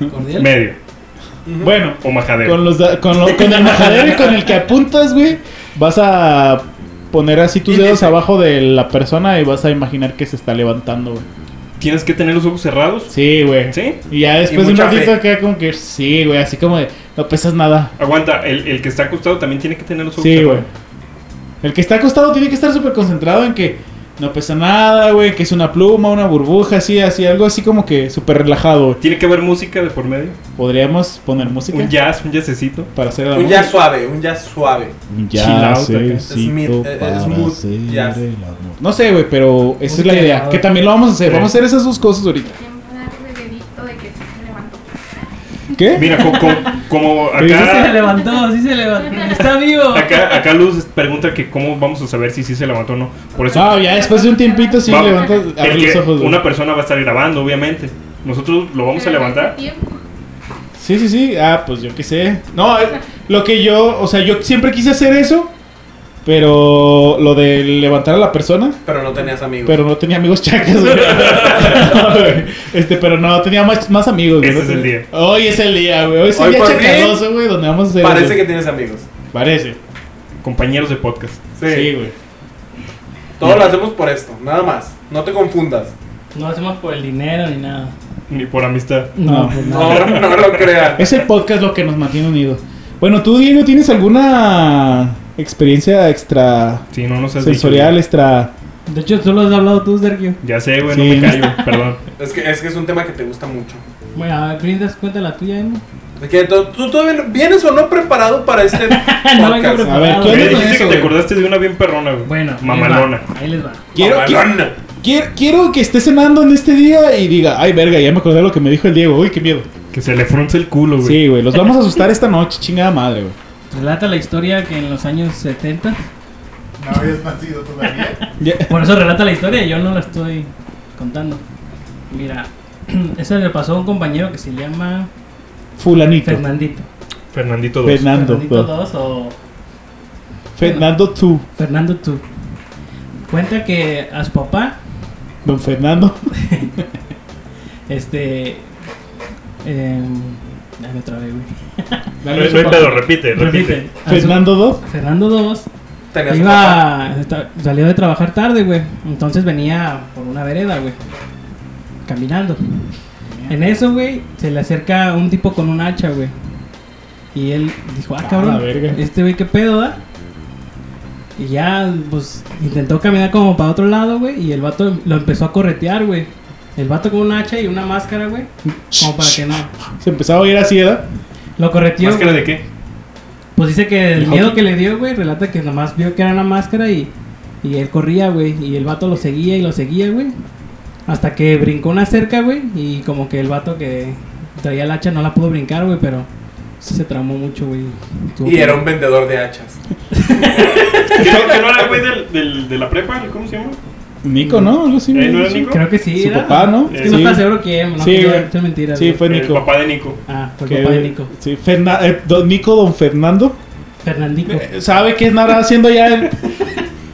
Speaker 5: ¿no?
Speaker 2: cordial.
Speaker 3: Medio.
Speaker 4: Bueno,
Speaker 3: O majadero.
Speaker 4: con, los, da- con, lo- con el majadero y con el que apuntas, güey, vas a poner así tus dedos abajo de la persona y vas a imaginar que se está levantando, güey.
Speaker 3: Tienes que tener los ojos cerrados.
Speaker 4: Sí, güey.
Speaker 3: ¿Sí?
Speaker 4: Y ya después de un
Speaker 5: mucha
Speaker 4: ratito
Speaker 5: fe.
Speaker 4: acá, como que sí, güey, así como de no pesas nada.
Speaker 3: Aguanta, el, el que está acostado también tiene que tener los ojos
Speaker 4: Sí, güey.
Speaker 3: cerrados.
Speaker 4: El que está acostado tiene que estar súper concentrado en que no pesa nada, güey, que es una pluma, una burbuja, así, así, algo así como que súper relajado, güey.
Speaker 3: Tiene que haber música de por medio.
Speaker 4: Podríamos poner música
Speaker 3: Un jazz, un jazzecito.
Speaker 4: para hacer el
Speaker 5: Un
Speaker 4: amor.
Speaker 5: ya suave, un ya suave.
Speaker 4: Un
Speaker 3: Chill out
Speaker 4: jazzcito
Speaker 3: acá.
Speaker 5: Smith, eh,
Speaker 4: para
Speaker 5: smooth
Speaker 4: hacer
Speaker 5: jazz.
Speaker 4: el amor. No sé, güey, pero esa es la
Speaker 2: Música de
Speaker 4: idea.
Speaker 2: amor.
Speaker 4: Que también lo vamos a hacer.
Speaker 3: Sí.
Speaker 4: Vamos a hacer esas dos cosas ahorita.
Speaker 6: darle dedito de que sí se levantó.
Speaker 4: ¿Qué?
Speaker 3: Mira, co- co- como
Speaker 4: Pero
Speaker 2: Sí se
Speaker 3: acá,
Speaker 2: levantó, sí se levantó. Está vivo.
Speaker 3: acá, acá Luz pregunta que cómo vamos a saber si sí se levantó o no. Por eso
Speaker 4: Ah, ya después de un tiempito sí
Speaker 3: Vamos.
Speaker 4: levantas
Speaker 3: el
Speaker 4: abre
Speaker 3: que
Speaker 4: los ojos. güey.
Speaker 3: una persona va a estar grabando, obviamente. Nosotros lo vamos a
Speaker 6: Pero en
Speaker 3: levantar.
Speaker 6: ese tiempo,
Speaker 4: Sí, sí, sí. Ah, pues yo qué sé. No, eh, lo que yo, o sea, yo siempre quise hacer eso, pero lo de levantar a la persona,
Speaker 5: Pero no tenías amigos.
Speaker 4: pero no tenía amigos chacas. güey. No, güey. este, pero no tenía más, más amigos. güey.
Speaker 3: Ese es el día.
Speaker 4: Hoy es el día, güey. Hoy es el
Speaker 5: Hoy
Speaker 4: día
Speaker 5: por fin.
Speaker 4: chacadoso, güey, donde vamos a hacer.
Speaker 5: Parece
Speaker 4: eso.
Speaker 5: que tienes amigos.
Speaker 4: Parece.
Speaker 3: Compañeros de podcast.
Speaker 5: Sí.
Speaker 4: Sí, güey.
Speaker 5: Todo lo hacemos por esto, nada más. No te confundas.
Speaker 2: No hacemos por el dinero ni nada.
Speaker 3: Ni por amistad.
Speaker 4: No.
Speaker 2: pues
Speaker 5: No, no lo creas.
Speaker 4: Es el podcast lo que nos mantiene unidos. Bueno, tú, Diego, ¿tienes alguna experiencia extra
Speaker 3: Sí, no nos has dicho.
Speaker 4: sensorial, extra.
Speaker 2: De hecho, solo has hablado tú, Sergio.
Speaker 3: Ya sé, güey,
Speaker 4: Sí.
Speaker 3: no me callo, perdón.
Speaker 5: Es que, es que es un tema que te gusta mucho.
Speaker 2: Bueno, a ver, brindas cuenta la tuya, Emo.
Speaker 5: Es que tú, tú todavía vienes o no preparado para este
Speaker 2: No vengo
Speaker 5: podcast.
Speaker 4: A ver,
Speaker 2: preparado.
Speaker 3: Me
Speaker 4: ¿qué onda
Speaker 2: Bueno,
Speaker 4: con
Speaker 3: dijiste
Speaker 4: eso,
Speaker 3: que te
Speaker 4: güey?
Speaker 3: acordaste de una bien perrona, güey.
Speaker 2: Bueno, ahí
Speaker 3: Mamalona.
Speaker 2: les va, Ahí les va.
Speaker 4: Quiero,
Speaker 5: Mamalona.
Speaker 4: Quiero, quiero que estés cenando en este día y diga, ay verga, ya me acordé de lo que me dijo el Diego, uy, qué miedo.
Speaker 3: Que se le frunce el culo, güey.
Speaker 4: Sí, güey, los vamos a asustar esta noche, chingada madre, güey.
Speaker 2: Relata la historia que en los años 70.
Speaker 7: No habías nacido todavía.
Speaker 4: Ya-
Speaker 2: Por eso relata la historia, yo no la estoy contando. Mira, eso le pasó a un compañero que se llama
Speaker 4: Fulanito.
Speaker 2: Fernandito.
Speaker 3: Fernandito 2.
Speaker 4: Fernando.
Speaker 2: Fernandito
Speaker 4: perdón.
Speaker 2: 2 o
Speaker 4: Fernando tú.
Speaker 2: Fernando Tu. Cuenta que a su papá,
Speaker 4: Don Fernando.
Speaker 2: este. em, dame otra vez, güey.
Speaker 3: no hay pedo, repite, repite.
Speaker 2: Repite. A Ah, su-
Speaker 4: Fernando 2.
Speaker 2: Fernando 2
Speaker 5: Tenías un papá.
Speaker 2: Iba, esta- salió de trabajar tarde, güey. Entonces venía por una vereda, güey. Caminando. En eso, güey, se le acerca un tipo con un hacha, güey. Y él dijo, ah,
Speaker 4: Ah,
Speaker 2: cabrón,
Speaker 4: la verga.
Speaker 2: este güey, qué pedo, da? Y ya, pues, intentó caminar como para otro lado, güey. Y el vato lo empezó a corretear, güey. El vato con un hacha y una máscara, güey. Como para que no.
Speaker 4: Se empezaba a oír así, ¿verdad?
Speaker 2: Lo correteó.
Speaker 3: ¿Máscara
Speaker 2: güey.
Speaker 3: de qué?
Speaker 2: Pues dice que el
Speaker 4: ¿El
Speaker 2: miedo
Speaker 4: hockey?
Speaker 2: que le dio, güey, relata que nomás vio que era una máscara y, y él corría, güey. Y el vato lo seguía y lo seguía, güey. Hasta que brincó una cerca, güey. Y como que el vato que traía el hacha no la pudo brincar, güey, pero sí se traumó mucho, güey. Estuvo
Speaker 5: Y
Speaker 2: bien.
Speaker 5: era un vendedor de hachas.
Speaker 3: Creo que no era el güey del, del- de la prepa, ¿cómo se llama?
Speaker 4: Nico, ¿no? Algo así.
Speaker 3: ¿Eh, no era
Speaker 4: sí.
Speaker 3: Nico?
Speaker 2: Creo que sí,
Speaker 4: Su
Speaker 2: era.
Speaker 4: papá, ¿no?
Speaker 2: Es que no
Speaker 4: Sí.
Speaker 2: estaba seguro quién, no
Speaker 4: Sí,
Speaker 2: quería
Speaker 4: güey.
Speaker 2: echar mentiras.
Speaker 4: Sí,
Speaker 2: güey.
Speaker 4: fue
Speaker 3: Eh, El
Speaker 4: Nico.
Speaker 3: papá de Nico.
Speaker 2: Ah, fue
Speaker 4: Que-
Speaker 2: el papá de Nico.
Speaker 4: Sí, Ferna- eh, don Nico, don Fernando.
Speaker 2: Fernandico.
Speaker 4: Eh, ¿Sabe qué andará haciendo ya en-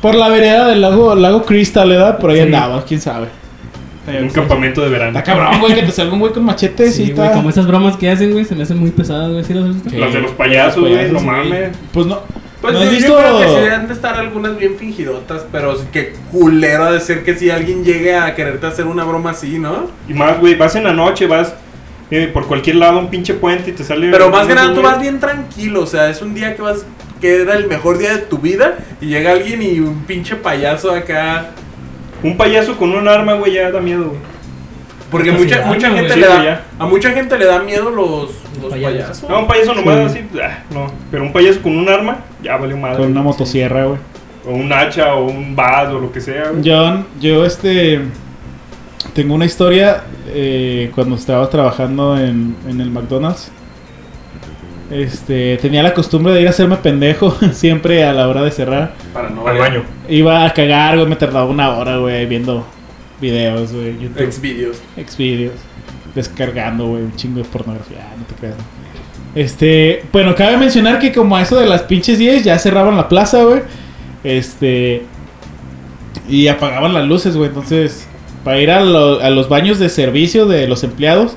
Speaker 4: por la vereda del lago, lago Crystal, ¿verdad? Por ahí
Speaker 2: Sí.
Speaker 4: andaba, quién sabe.
Speaker 3: En un campamento de verano.
Speaker 4: Está cabrón, güey, que te salga un güey con machete. Sí,
Speaker 2: Sí,
Speaker 4: está-
Speaker 2: güey, como esas bromas que hacen, güey, se me hacen muy pesadas, güey. ¿Sí las has visto?
Speaker 4: Sí.
Speaker 3: Las de los payasos, güey, no
Speaker 4: Payasos,
Speaker 3: mames.
Speaker 4: Pues no.
Speaker 5: Pues
Speaker 4: ¿No
Speaker 5: yo,
Speaker 4: has
Speaker 5: yo
Speaker 4: visto-
Speaker 5: creo que sí deben de estar algunas bien fingidotas, pero qué culero ha de ser que si alguien llegue a quererte hacer una broma así, ¿no?
Speaker 3: Y más, güey, vas en la noche, vas eh, por cualquier lado a un pinche puente y te sale.
Speaker 5: Pero más que nada tú
Speaker 3: güey.
Speaker 5: vas bien tranquilo, o sea, es un día que vas que era el mejor día de tu vida y llega alguien y un pinche payaso acá
Speaker 3: Un payaso con un arma, güey, ya da miedo, güey.
Speaker 5: porque
Speaker 2: Casi
Speaker 4: Pues
Speaker 5: mucha
Speaker 2: nada,
Speaker 4: Ah,
Speaker 5: mucha
Speaker 2: güey.
Speaker 5: gente
Speaker 3: Sí,
Speaker 5: le
Speaker 3: güey,
Speaker 5: da
Speaker 3: ya.
Speaker 5: a mucha gente le da miedo los, los
Speaker 2: payasos.
Speaker 5: payasos.
Speaker 3: No, un payaso nomás así, ah, no. Pero un payaso con un arma, ya valió madre.
Speaker 4: Con una motosierra, güey.
Speaker 3: O un hacha, o un vaso, o lo que sea, güey.
Speaker 4: Yo, yo este tengo una historia eh, cuando estaba trabajando en, en el McDonald's. Este, tenía la costumbre de ir a hacerme pendejo siempre a la hora de cerrar.
Speaker 5: Para no
Speaker 3: Al
Speaker 5: variar.
Speaker 3: baño.
Speaker 4: Iba a cagar, güey, me tardaba una hora, güey, viendo videos, güey, YouTube,
Speaker 5: Exvideos.
Speaker 4: Xvideos, descargando, güey, un chingo de pornografía, Ah, no te creas. ¿no? Este, bueno, cabe mencionar que como a eso de las pinches 10 ya cerraban la plaza, güey. Este, y apagaban las luces, güey. Entonces, para ir a, lo- a los baños de servicio de los empleados,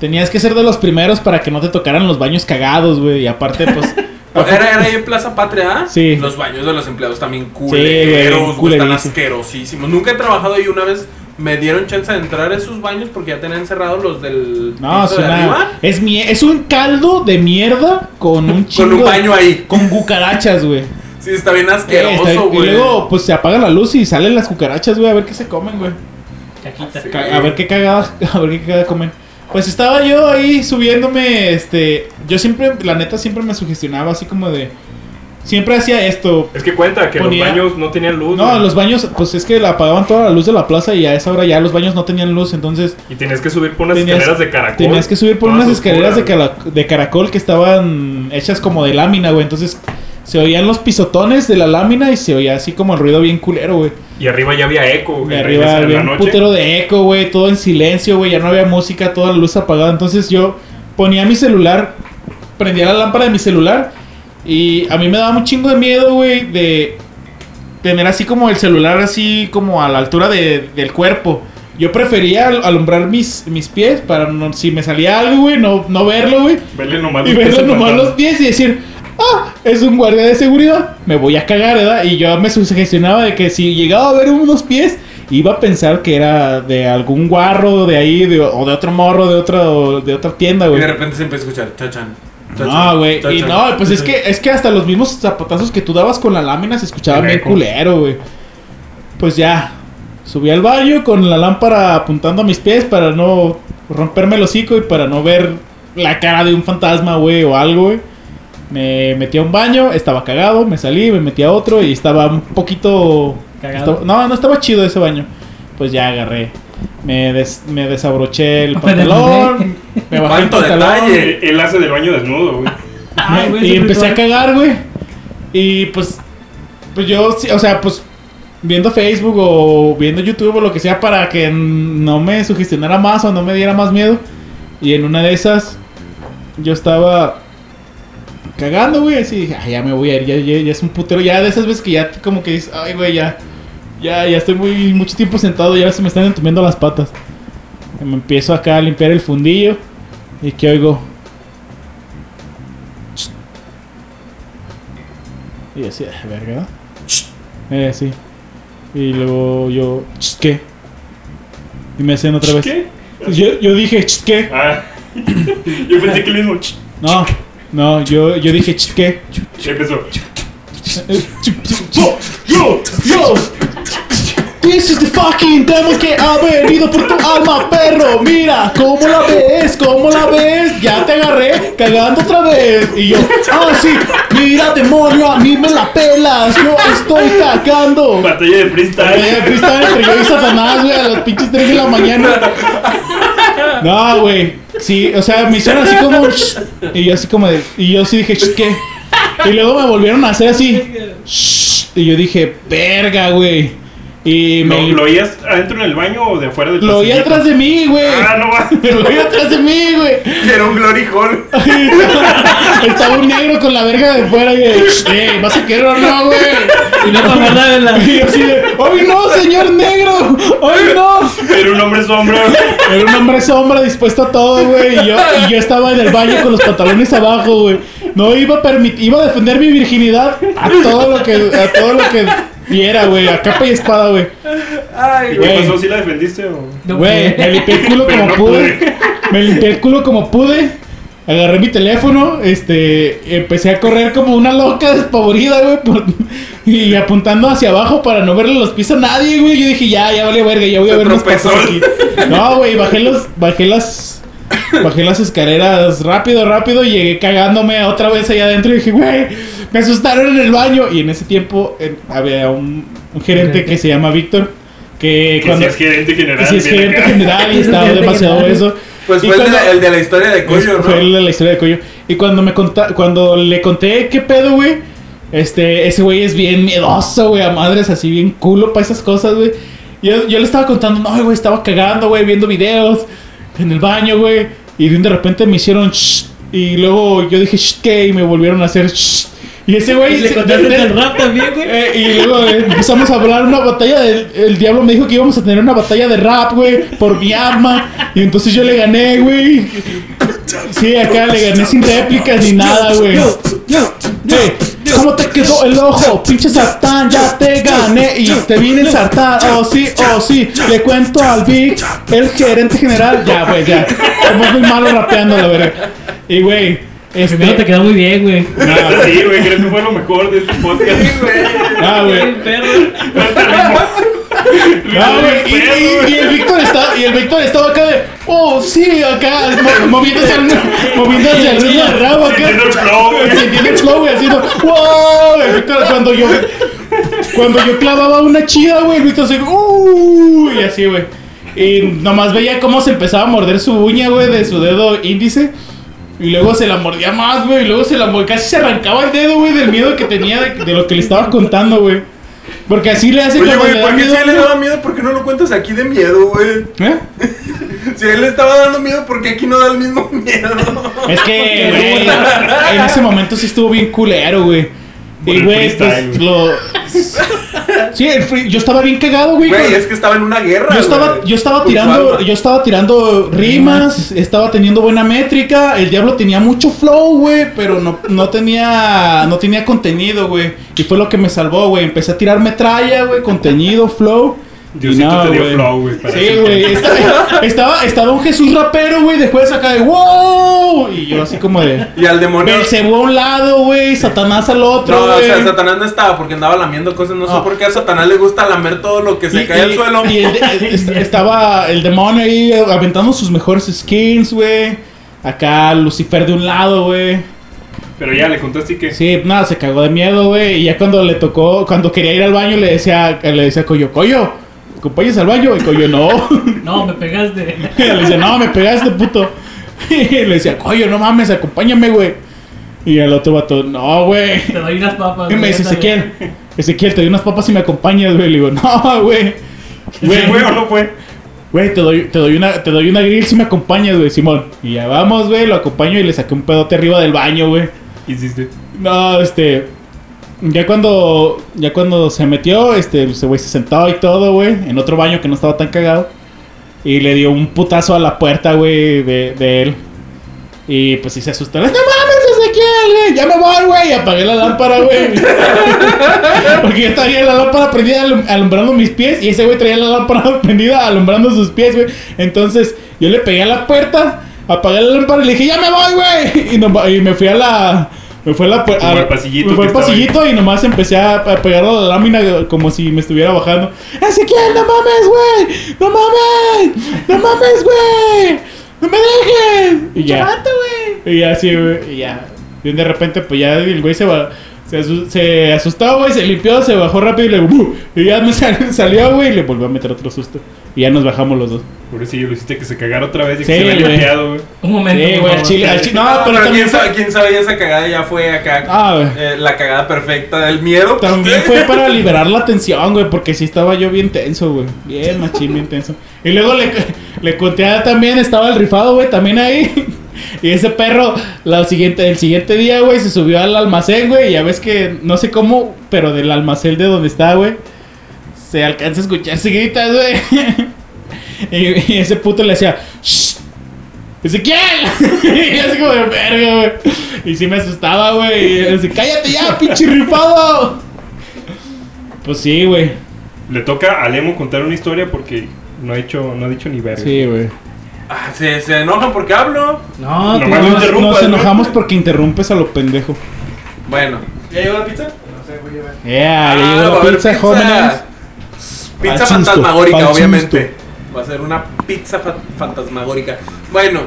Speaker 4: tenías que ser de los primeros para que no te tocaran los baños cagados, güey. Y aparte, pues,
Speaker 5: Era, era ahí en Plaza Patria, ¿ah?
Speaker 4: Sí.
Speaker 5: Los baños de los empleados también
Speaker 4: Sí, güey,
Speaker 5: culeros, güey, están
Speaker 4: culerísimo.
Speaker 5: asquerosísimos. Nunca he trabajado ahí una vez. Me dieron chance de entrar a esos baños porque ya tenían cerrados los del
Speaker 4: no, es,
Speaker 5: piso de
Speaker 4: una-
Speaker 5: arriba.
Speaker 4: es, mie- es un caldo de mierda con un
Speaker 5: Con
Speaker 4: chingo
Speaker 5: un
Speaker 4: de-
Speaker 5: baño ahí.
Speaker 4: Con cucarachas, güey.
Speaker 5: Sí, está bien
Speaker 4: Eh, está-
Speaker 5: asqueroso,
Speaker 4: y
Speaker 5: güey.
Speaker 4: luego, pues se apaga la luz y salen las cucarachas, güey, a ver qué se comen, güey.
Speaker 2: Caquita.
Speaker 5: Sí.
Speaker 4: Ca- A ver qué cagada, a ver qué cagada comen. Pues estaba yo ahí subiéndome, este, yo siempre, la neta siempre me sugestionaba así como de, siempre hacía esto.
Speaker 3: Es que cuenta que
Speaker 4: Ponía-
Speaker 3: los baños no tenían luz.
Speaker 4: No,
Speaker 3: güey.
Speaker 4: los baños, pues es que la apagaban toda la luz de la plaza y a esa hora ya los baños no tenían luz, entonces
Speaker 3: Y tenías que subir por unas
Speaker 4: Tenías-
Speaker 3: escaleras de caracol.
Speaker 4: tenías que subir por
Speaker 3: Todas
Speaker 4: unas escaleras de,
Speaker 3: oscuras,
Speaker 4: cala- de caracol que estaban hechas como de lámina, güey, entonces se oían los pisotones de la lámina y se oía así como el ruido bien culero, güey.
Speaker 3: Y arriba ya había eco,
Speaker 4: De
Speaker 3: güey.
Speaker 4: arriba
Speaker 3: regresar en
Speaker 4: había
Speaker 3: la
Speaker 4: un
Speaker 3: noche.
Speaker 4: putero de eco, güey, todo en silencio, güey, ya no había música, toda la luz apagada. Entonces yo ponía mi celular, prendía la lámpara de mi celular y a mí me daba un chingo de miedo, güey, de tener así como el celular así como a la altura de- del cuerpo. Yo prefería al- alumbrar mis, mis pies para no, si me salía algo, güey, no, no verlo, güey.
Speaker 3: Verle nomás
Speaker 4: Y
Speaker 3: los pies
Speaker 4: verlo nomás
Speaker 3: empatados.
Speaker 4: los pies y decir, ah, es un guardia de seguridad, me voy a cagar, ¿verdad? Y yo me sugestionaba de que si llegaba a ver unos pies, iba a pensar que era de algún guarro de ahí, de- o de otro morro, de, otro, de otra tienda,
Speaker 5: Y
Speaker 4: güey.
Speaker 5: de repente se empieza a escuchar chachan. chachan,
Speaker 4: No, güey. Y
Speaker 5: chachan.
Speaker 4: no, pues es que, es que hasta los mismos zapatazos que tú dabas con la lámina se escuchaban
Speaker 3: El
Speaker 4: bien
Speaker 3: eco.
Speaker 4: culero, güey. Pues ya. Subí al baño con la lámpara apuntando a mis pies para no romperme el hocico y para no ver la cara de un fantasma, güey, o algo, güey. Me metí a un baño, estaba cagado, me salí, me metí a otro y estaba un poquito...
Speaker 2: Cagado.
Speaker 4: estaba- no, no estaba chido ese baño. Pues ya agarré. Me, des- me desabroché el
Speaker 2: Me
Speaker 4: pantalón. Me bajé el
Speaker 5: ¿Cuánto
Speaker 4: pantalón.
Speaker 5: detalle?
Speaker 3: Él, él hace del baño desnudo, güey.
Speaker 2: Ay, Ah, güey,
Speaker 4: y
Speaker 2: ese
Speaker 4: empecé a
Speaker 2: ritual.
Speaker 4: cagar, güey. Y pues, pues yo, sí, o sea, pues viendo Facebook o viendo YouTube o lo que sea para que no me sugestionara más o no me diera más miedo. Y en una de esas, yo estaba cagando, güey. Así dije, "Ay, ya me voy a ir, ya, ya- ya es un putero. Ya de esas veces que ya como que dices, ay, güey, ya, ya, ya estoy muy, mucho tiempo sentado, ya se me están entumiendo las patas. Y me empiezo acá a limpiar el fundillo y que oigo. "Ch". Y yo así, "Ah, verga.
Speaker 5: Ch".
Speaker 4: Eh, sí. Y luego yo, "Ch, ¿qué? Y me hacían otra vez.
Speaker 3: ¿Qué?
Speaker 4: Yo, yo dije, "Ch, ¿qué?
Speaker 3: Ah. Yo pensé que el mismo. ch-
Speaker 4: No, No, yo, yo dije, "Ch- ¿qué?
Speaker 3: Ya empezó. Oh,
Speaker 4: Yo, yo, yo. This is the fucking devil que ha venido por tu alma, perro. Mira, ¿cómo la ves? ¿Cómo la ves? Ya te agarré cagando otra vez. Y yo, ah, sí, mira, demonio, a mí me la pelas. Yo estoy cagando.
Speaker 3: Batalla de freestyle.
Speaker 4: Ahí pues, estaba entre yo y Satanás, güey, a las pinches 3 de la mañana. No, güey. Sí, o sea, me hicieron así como. "Shh", Y yo así como de. Y yo sí dije, "Shh, ¿qué? Y luego me volvieron a hacer así. "Shh", Y yo dije, verga, güey. Y
Speaker 3: ¿Lo,
Speaker 4: me.
Speaker 3: ¿Lo oías adentro en el baño o de afuera del
Speaker 4: Lo oí
Speaker 3: pasillito?
Speaker 4: atrás de mí, güey.
Speaker 3: Ah, no va.
Speaker 4: Lo oí atrás de mí, güey.
Speaker 5: Era un glory hole.
Speaker 4: Estaba un negro con la verga de fuera y de, "Shh, eh, ¿vas a querer o no, güey?
Speaker 2: Y no para nada de la.
Speaker 4: Y yo así de, ¡Hoy no, señor negro! ¡Hoy no!
Speaker 3: Pero un hombre sombra.
Speaker 4: Era un hombre sombra dispuesto a todo, güey. Y yo, y yo estaba en el baño con los pantalones abajo, güey. No iba a permitir, iba a defender mi virginidad a todo lo que, a todo lo que diera, güey. A capa y espada, güey.
Speaker 5: Ay,
Speaker 3: ¿Y
Speaker 5: güey.
Speaker 3: qué
Speaker 4: Güey.
Speaker 3: pasó? ¿Sí la defendiste o...?
Speaker 2: No
Speaker 4: Güey, me
Speaker 2: pude.
Speaker 4: limpié el culo
Speaker 3: Pero
Speaker 4: como
Speaker 3: no
Speaker 4: pude.
Speaker 3: pude.
Speaker 4: Me limpié el culo como pude. Agarré mi teléfono, este, empecé a correr como una loca despavorida, güey, por- y apuntando hacia abajo para no verle los pies a nadie, güey. Yo dije, ya, ya vale verga, ya voy a
Speaker 5: Se
Speaker 4: ver más
Speaker 5: tropezó.
Speaker 4: cosas aquí. No, güey, bajé los, bajé las, bajé las escaleras rápido, rápido, y llegué cagándome otra vez allá adentro y dije, güey, me asustaron en el baño. Y en ese tiempo eh, había un, un gerente que se llama Víctor, que
Speaker 3: Que si
Speaker 4: cuando...
Speaker 3: es gerente general.
Speaker 4: Y si es
Speaker 3: viene
Speaker 4: gerente
Speaker 3: acá.
Speaker 4: general y estaba
Speaker 2: Gerente
Speaker 4: demasiado
Speaker 2: general.
Speaker 4: eso.
Speaker 5: Pues
Speaker 4: Y
Speaker 5: fue el de,
Speaker 4: cuando- pues
Speaker 5: la, el de la historia de Coyo,
Speaker 4: Fue el
Speaker 5: ¿no?
Speaker 4: de la historia de Coyo. Y cuando me conta, cuando le conté qué pedo, güey. Este, ese güey es bien miedoso, güey, a madres, así bien culo para esas cosas, güey. Yo, yo le estaba contando, no, güey, estaba cagando, güey, viendo videos en el baño, güey. Y de repente me hicieron shh. Y luego yo dije, shh, ¿qué? Y me volvieron a hacer shh. Y ese Este güey.
Speaker 2: Y le
Speaker 4: se-
Speaker 2: contaste
Speaker 4: de-
Speaker 2: el rap también, güey.
Speaker 4: eh, y luego eh, empezamos a hablar una batalla del el diablo me dijo que íbamos a tener una batalla de rap, güey, por mi alma. Y entonces yo le gané, güey. Sí, acá le gané sin réplicas ni nada, güey.
Speaker 2: Yo, yo,
Speaker 4: Hey, ¿Cómo te quedó el ojo? Pinche sartán, ya te gané y te vine el sartán. Oh, sí, oh, sí. Le cuento al Vic, el gerente general. Ya, güey, ya. Somos muy malos rapeando, la verdad. Y, güey, este.
Speaker 2: Primero te quedó muy bien, güey.
Speaker 3: Ah, Sí, güey, creo que fue lo mejor de este
Speaker 5: Sí,
Speaker 3: podcast.
Speaker 5: güey.
Speaker 4: Ah, güey.
Speaker 2: Perro.
Speaker 4: Ah, güey, y, y- y el Víctor está, y el Víctor estaba acá de, oh, sí, acá, mo- moviéndose al, moviéndose al ritmo del rabo acá.
Speaker 3: Sintiendo el flow, güey.
Speaker 4: Sintiendo el flow, güey, haciendo, wow, el Víctor, cuando yo, cuando yo clavaba una chida, güey, el Víctor así, uh, y así, güey. Y nomás veía cómo se empezaba a morder su uña, güey, de su dedo índice. Y luego se la mordía más, güey. Y luego se la mordía. Casi se arrancaba el dedo, güey, del miedo que tenía de, de lo que le estaba contando, güey. Porque así le hace
Speaker 5: Oye,
Speaker 4: cuando
Speaker 5: güey,
Speaker 4: da
Speaker 5: ¿por qué si
Speaker 4: miedo,
Speaker 5: a él le
Speaker 4: güey.
Speaker 5: daba miedo? ¿Por qué no lo cuentas aquí de miedo, güey?
Speaker 4: ¿Eh?
Speaker 5: Si a él le estaba dando miedo, ¿por qué aquí no da el mismo miedo?
Speaker 4: Es que, güey, en ese momento sí estuvo bien culero, güey.
Speaker 3: Por
Speaker 4: Y,
Speaker 3: el
Speaker 4: güey,
Speaker 3: freestyle,
Speaker 4: pues lo. Sí, el free- yo estaba bien cagado, güey.
Speaker 5: Güey,
Speaker 4: con-
Speaker 5: es que estaba en una guerra.
Speaker 4: Yo estaba,
Speaker 5: güey.
Speaker 4: yo estaba
Speaker 5: Con su
Speaker 4: tirando,
Speaker 5: alma.
Speaker 4: yo estaba tirando rimas, estaba teniendo buena métrica, el diablo tenía mucho flow, güey, pero no, no tenía, no tenía contenido, güey. Y fue lo que me salvó, güey. Empecé a tirar metralla, güey, contenido, flow. y
Speaker 3: Diosito
Speaker 4: nada,
Speaker 3: te dio
Speaker 4: güey.
Speaker 3: flow, güey. para
Speaker 4: Sí,
Speaker 3: eso.
Speaker 4: güey. Estaba, estaba, estaba un Jesús rapero, güey, después acá de wow. Y yo así como de.
Speaker 5: Y al demonio.
Speaker 4: Belcebú a un lado, güey, Satanás al otro,
Speaker 5: No, o
Speaker 4: güey.
Speaker 5: sea, Satanás no estaba porque andaba lamiendo cosas. No sé
Speaker 4: Ah.
Speaker 5: por qué a Satanás le gusta lamer todo lo que se
Speaker 4: Y-
Speaker 5: cae al
Speaker 4: y-
Speaker 5: suelo.
Speaker 4: y el de- est- estaba el demonio ahí aventando sus mejores skins, güey. Acá Lucifer de un lado, güey.
Speaker 3: Pero ya le contaste que.
Speaker 4: Sí, nada, se cagó de miedo, güey. Y ya cuando le tocó, cuando quería ir al baño, le decía, le decía a Coyo, Coyo, acompáñese al baño. Y Coyo, no.
Speaker 2: No, me pegaste.
Speaker 4: le decía, no, me pegaste, puto. Y le decía, Coyo, no mames, acompáñame, güey. Y el otro vato, no, güey.
Speaker 2: Te doy unas papas.
Speaker 4: Y me
Speaker 2: güey,
Speaker 4: dice,
Speaker 2: ándale.
Speaker 4: Ezequiel, Ezequiel, te doy unas papas y me acompañas, güey. Le digo, no, güey.
Speaker 3: ¿Sí fue o no fue?
Speaker 4: Güey, te doy, te doy una, te doy una grill si me acompañas, güey, Simón. Y ya vamos, güey, lo acompaño y le saqué un pedote arriba del baño, güey.
Speaker 3: Hiciste.
Speaker 4: No, este. Ya cuando. Ya cuando se metió, este, ese güey se sentó y todo, güey. En otro baño que no estaba tan cagado. Y le dio un putazo a la puerta, güey, de, de él. Y pues sí se asustó. ¡No mames, Ezequiel, güey! ¡Ya me voy, güey! Y apagué la lámpara, güey. Porque yo traía la lámpara prendida alum- alumbrando mis pies. Y ese güey traía la lámpara prendida alumbrando sus pies, güey. Entonces yo le pegué a la puerta. apagué la lámpara y le dije, ya me voy, güey. Y, nomás- y me fui a la. Me fue la. pu-
Speaker 3: Como
Speaker 4: a-
Speaker 3: el pasillito
Speaker 4: Me fue
Speaker 3: que
Speaker 4: al
Speaker 3: estaba
Speaker 4: pasillito y nomás empecé a, a pegar a la lámina como si me estuviera bajando. Ezequiel, no mames, güey. No mames. No mames, güey. No me dejes. Y ya. Y ya, sí, güey. Y ya. Y de repente, pues ya el güey se va. Se, asu- se asustó, güey, se limpió, se bajó rápido y le. ¡bu! Y ya me sal- salió, güey, y le volvió a meter otro susto. Y ya nos bajamos los dos.
Speaker 3: Por eso yo lo hiciste que se cagara otra vez y
Speaker 4: Sí,
Speaker 3: que se había
Speaker 4: güey.
Speaker 3: limpiado, güey.
Speaker 2: Un momento.
Speaker 4: Sí,
Speaker 2: por
Speaker 4: güey,
Speaker 2: favor.
Speaker 4: al
Speaker 2: Eh,
Speaker 4: chile, al chile. No,
Speaker 5: No,
Speaker 4: pero
Speaker 5: Ah, pero
Speaker 4: también
Speaker 5: quién
Speaker 4: fue,
Speaker 5: sabe, quién sabe, esa cagada ya fue acá.
Speaker 4: Ah, güey.
Speaker 5: eh, la cagada perfecta del miedo.
Speaker 4: también fue para liberar la tensión, güey, porque sí estaba yo bien tenso, güey. Bien machín, bien tenso. Y luego le, le conté a también, estaba el rifado, güey, también ahí. Y ese perro, la siguiente, el siguiente día, güey, se subió al almacén, güey. Y ya ves que, no sé cómo, pero del almacén de donde está, güey, se alcanza a escuchar seguitas, güey. Y, y ese puto le hacía, ¡Shh! Ezequiel. y así como de verga, güey. Y sí me asustaba, güey. Y así, cállate ya, pinche rifado. Pues sí, güey.
Speaker 3: Le toca a Lemo contar una historia porque no ha hecho, no ha dicho ni verga.
Speaker 4: Sí, güey.
Speaker 5: Ah, se, se enojan porque hablo.
Speaker 2: No,
Speaker 3: Nomás
Speaker 2: pues,
Speaker 3: lo
Speaker 4: Nos,
Speaker 3: interrumpo. interrumpas,
Speaker 4: nos
Speaker 3: güey.
Speaker 4: enojamos porque interrumpes a lo pendejo.
Speaker 5: Bueno. ¿Ya llegó la pizza?
Speaker 7: No sé, güey, a ver.
Speaker 4: Yeah,
Speaker 5: Ah, va a
Speaker 4: Eh, llegó la
Speaker 5: haber
Speaker 4: pizza, jóvenes. Pal
Speaker 5: Pizza
Speaker 4: susto, pal
Speaker 5: fantasmagórica,
Speaker 4: susto.
Speaker 5: obviamente. Va a ser una pizza fa- fantasmagórica. Bueno,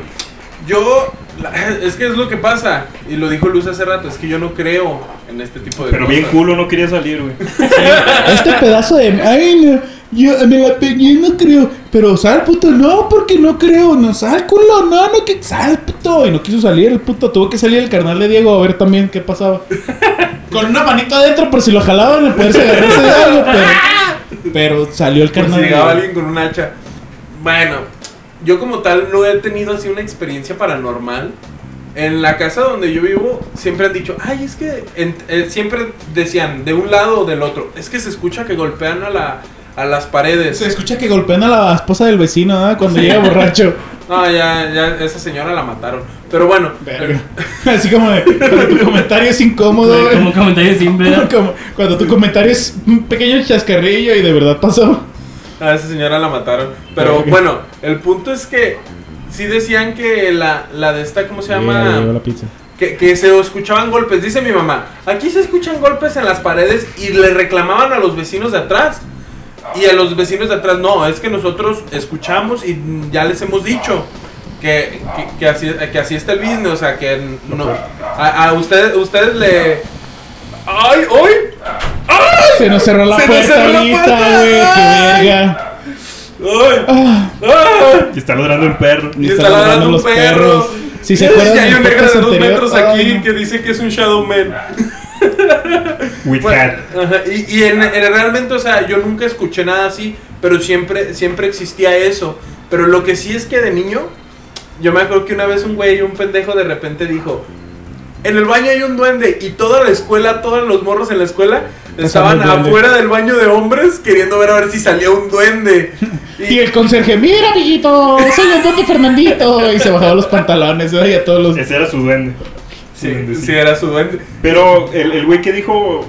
Speaker 5: yo. la- es que es lo que pasa. Y lo dijo Luz hace rato. Es que yo no creo en este tipo de
Speaker 3: Pero
Speaker 5: cosas.
Speaker 3: bien culo no quería salir, güey.
Speaker 4: Este pedazo de. Ay, no, yo me la pegué, no creo. Pero sal, puto, no, porque no creo. No, sal, culo, no, no, que sal, puto. Y no quiso salir el puto. Tuvo que salir el carnal de Diego a ver también qué pasaba. Con una manito adentro, por si lo jalaban, el poderse agarrarse de algo, pero. Pero salió el
Speaker 5: Por si
Speaker 4: carnal de
Speaker 5: llegaba
Speaker 4: Diego.
Speaker 5: alguien con un hacha. Bueno, yo como tal no he tenido así una experiencia paranormal. En la casa donde yo vivo siempre han dicho, ay, es que en- eh, siempre decían de un lado o del otro. Es que se escucha que golpean a, la, a las paredes.
Speaker 4: Se escucha que golpean a la esposa del vecino, ¿no? Cuando llega borracho.
Speaker 5: No, ya, ya, esa señora la mataron. Pero bueno,
Speaker 4: Verga. Así como de. Cuando tu comentario es incómodo,
Speaker 2: güey,
Speaker 4: güey.
Speaker 2: Como comentario simple. ¿verdad?
Speaker 4: Como- cuando tu comentario es un pequeño chascarrillo y de verdad pasó.
Speaker 5: A esa señora la mataron. Pero
Speaker 4: Verga.
Speaker 5: bueno, el punto es que sí decían que la, la de esta, ¿cómo se
Speaker 4: Yeah, llegó la
Speaker 5: llama?
Speaker 4: pizza.
Speaker 5: Que, que se escuchaban golpes. Dice mi mamá, aquí se escuchan golpes en las paredes y le reclamaban a los vecinos de atrás. Y a los vecinos de atrás, no, es que nosotros escuchamos y ya les hemos dicho que, que, que así, que así está el business. O sea, que no. A, a ustedes, ustedes le. ¡Ay, hoy!
Speaker 4: Se nos cerró la
Speaker 5: Se nos
Speaker 4: puerta
Speaker 5: cerró la
Speaker 4: ahorita,
Speaker 5: puerta.
Speaker 4: güey. Qué
Speaker 5: Ay.
Speaker 4: verga.
Speaker 5: ¡Ay!
Speaker 4: Ah,
Speaker 5: ¡Ay!
Speaker 3: Y está ladrando el perro.
Speaker 4: y
Speaker 5: Y está ladrando un perro.
Speaker 4: Si se
Speaker 5: Ya
Speaker 4: acuerdan,
Speaker 5: hay
Speaker 4: del
Speaker 5: un negro de
Speaker 4: podcast
Speaker 5: dos
Speaker 4: anterior-
Speaker 5: metros
Speaker 4: Ay,
Speaker 5: aquí
Speaker 4: no.
Speaker 5: que dice que es un Shadow Man.
Speaker 3: With
Speaker 5: Bueno,
Speaker 3: hat.
Speaker 5: ajá, y y en, en- realmente, o sea, yo nunca escuché nada así, pero siempre, siempre existía eso. Pero lo que sí es que de niño, yo me acuerdo que una vez un güey, un pendejo, de repente dijo: En el baño hay un duende. Y toda la escuela, todos los morros en la escuela estaban
Speaker 4: el duende.
Speaker 5: afuera del baño de hombres queriendo ver a ver si salía un duende.
Speaker 4: Y el conserje, mira, amiguito, soy el Duende Fernandito. Y se bajaba los pantalones, ¿no? y a todos los.
Speaker 3: Ese era su duende. Su
Speaker 5: Sí,
Speaker 3: duende, sí.
Speaker 5: sí, era su duende.
Speaker 3: Pero el el güey que dijo,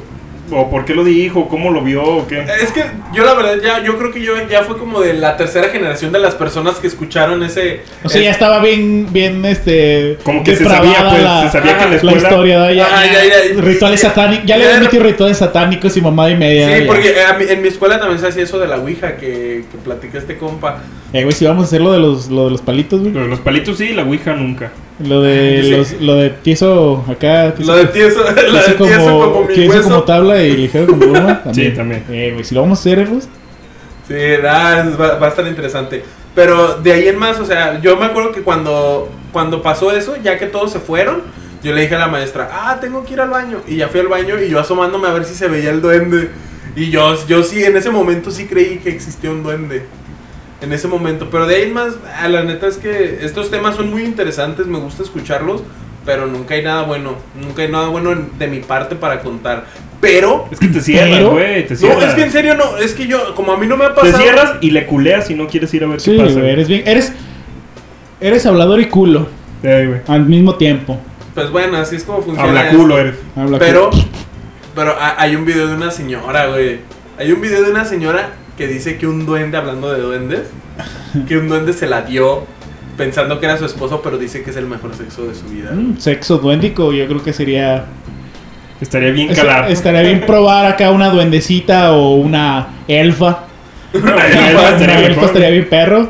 Speaker 3: o por qué lo dijo, cómo lo vio, o qué.
Speaker 5: Es que yo la verdad ya yo creo que yo ya fue como de la tercera generación de las personas que escucharon ese
Speaker 4: O sea, ya estaba bien, bien, este.
Speaker 3: Como que se sabía,
Speaker 4: depravada
Speaker 3: pues,
Speaker 4: la-
Speaker 3: se sabía que en la
Speaker 4: La
Speaker 3: escuela...
Speaker 4: historia, ¿no? ya,
Speaker 5: Ah,
Speaker 4: ya,
Speaker 5: ya, ya.
Speaker 4: rituales satánicos. Ya le
Speaker 5: Ya
Speaker 4: habían
Speaker 5: era-
Speaker 4: metido rituales satánicos y mamá y media.
Speaker 5: Sí,
Speaker 4: ya.
Speaker 5: porque eh, a mí- en mi escuela también se hacía eso de la ouija que, que platica este compa.
Speaker 4: Eh, güey, si vamos a hacer lo de los, lo de los palitos, güey.
Speaker 3: Pero los palitos sí, la ouija nunca.
Speaker 4: Lo de
Speaker 5: Sí.
Speaker 4: los, lo de tieso acá. tieso-
Speaker 5: Ah, Lo de tieso, lo de
Speaker 4: tieso
Speaker 5: tieso como, mi
Speaker 4: tieso
Speaker 5: hueso.
Speaker 4: como tabla y ligero como pluma. También.
Speaker 3: Sí, también.
Speaker 4: Eh, güey, si lo vamos a hacer, Erlos.
Speaker 5: Sí, nah, es- va, va a estar interesante. Pero de ahí en más, o sea, yo me acuerdo que cuando, cuando pasó eso, ya que todos se fueron, yo le dije a la maestra, ah, tengo que ir al baño. Y ya fui al baño y yo asomándome a ver si se veía el duende. Y yo, yo sí, en ese momento sí creí que existía un duende. En ese momento. Pero de ahí en más, a la neta es que estos temas son muy interesantes, me gusta escucharlos. Pero nunca hay nada bueno, nunca hay nada bueno en- de mi parte para contar. Pero...
Speaker 3: Es que te cierras,
Speaker 4: Pero-
Speaker 3: güey, te cierras.
Speaker 5: No, es que en serio no, es que yo, como a mí no me ha
Speaker 3: Te
Speaker 5: pasado...
Speaker 3: cierras y le culeas si no quieres ir a ver
Speaker 4: Sí,
Speaker 3: qué pasa.
Speaker 4: güey, eres bien. Eres, eres hablador y culo
Speaker 3: Ay, Eh, güey.
Speaker 4: al mismo tiempo.
Speaker 5: Pues bueno, así es como funciona.
Speaker 3: Habla
Speaker 5: esto.
Speaker 3: culo eres.
Speaker 4: Habla
Speaker 5: Pero,
Speaker 4: culo.
Speaker 5: pero ha- hay un video de una señora, güey. Hay un video de una señora que dice que un duende, hablando de duendes, que un duende se la dio pensando que era su esposo, pero dice que es el mejor sexo de su vida.
Speaker 4: Mm, sexo duéndico, yo creo que sería.
Speaker 3: Estaría bien calar.
Speaker 4: es- estaría bien probar acá una duendecita o una elfa.
Speaker 3: Una elfa estaría
Speaker 4: una elfa
Speaker 3: mejor.
Speaker 4: estaría bien perro.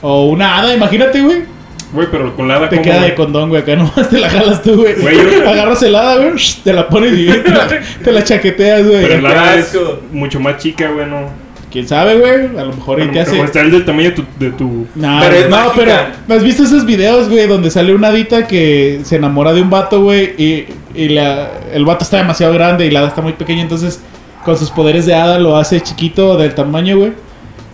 Speaker 4: O una hada, imagínate, güey.
Speaker 3: Güey, pero con la hada
Speaker 4: Te
Speaker 3: ¿cómo,
Speaker 4: queda
Speaker 3: güey?
Speaker 4: de condón, güey. Acá nomás te la jalas tú, güey.
Speaker 3: Güey, yo-
Speaker 4: Agarras el hada, güey. shh, Te la pones y te la, te la chaqueteas,
Speaker 3: Pero
Speaker 4: güey.
Speaker 3: el hada
Speaker 5: Qué
Speaker 3: es
Speaker 5: asco.
Speaker 3: mucho más chica, güey, no.
Speaker 4: ¿Quién sabe, güey? A lo mejor ahí te hace.
Speaker 3: Como pues, está el del tamaño de tu. de tu-
Speaker 4: No,
Speaker 5: Pero
Speaker 4: pero,
Speaker 5: es
Speaker 4: no,
Speaker 5: mágica.
Speaker 4: pero ¿no has visto esos videos, güey, donde sale una hadita que se enamora de un vato, güey, y, y la, el vato está demasiado grande y la hada está muy pequeña, entonces con sus poderes de hada lo hace chiquito del tamaño, güey.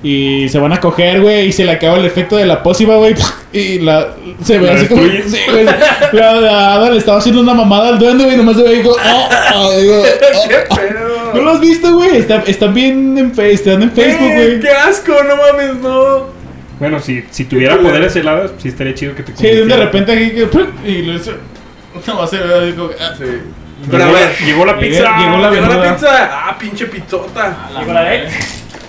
Speaker 4: Y se van a coger, güey, y se le acaba el efecto de la pócima, güey. Y la. Se ve
Speaker 3: ¿La
Speaker 4: así como.
Speaker 3: destruyes?
Speaker 4: Sí, güey. La, la hada le estaba haciendo una mamada al duende, güey, y nomás se ve y dijo. "Oh, oh", digo,
Speaker 5: ¡Qué
Speaker 4: "Oh".
Speaker 5: pedo!
Speaker 4: ¿No lo has visto, güey? Está- Están bien en, fe- están en Facebook,
Speaker 5: Güey,
Speaker 4: güey.
Speaker 5: ¡Qué asco! ¡No mames, no!
Speaker 3: Bueno, si, si tuviera poderes heladas, sí estaría chido que te
Speaker 4: Sí, de
Speaker 3: convirtiera.
Speaker 4: repente aquí que. ¡pum! Y lo hizo. No va a ser. Digo, ah,
Speaker 5: Sí. Pero a
Speaker 3: Llegó,
Speaker 5: ver.
Speaker 3: la- llegó la
Speaker 4: Llegué-
Speaker 3: pizza.
Speaker 4: llegó la-
Speaker 5: Llegó la
Speaker 4: menuda.
Speaker 5: pizza. Ah, pinche pizzota.
Speaker 8: Llegó la de.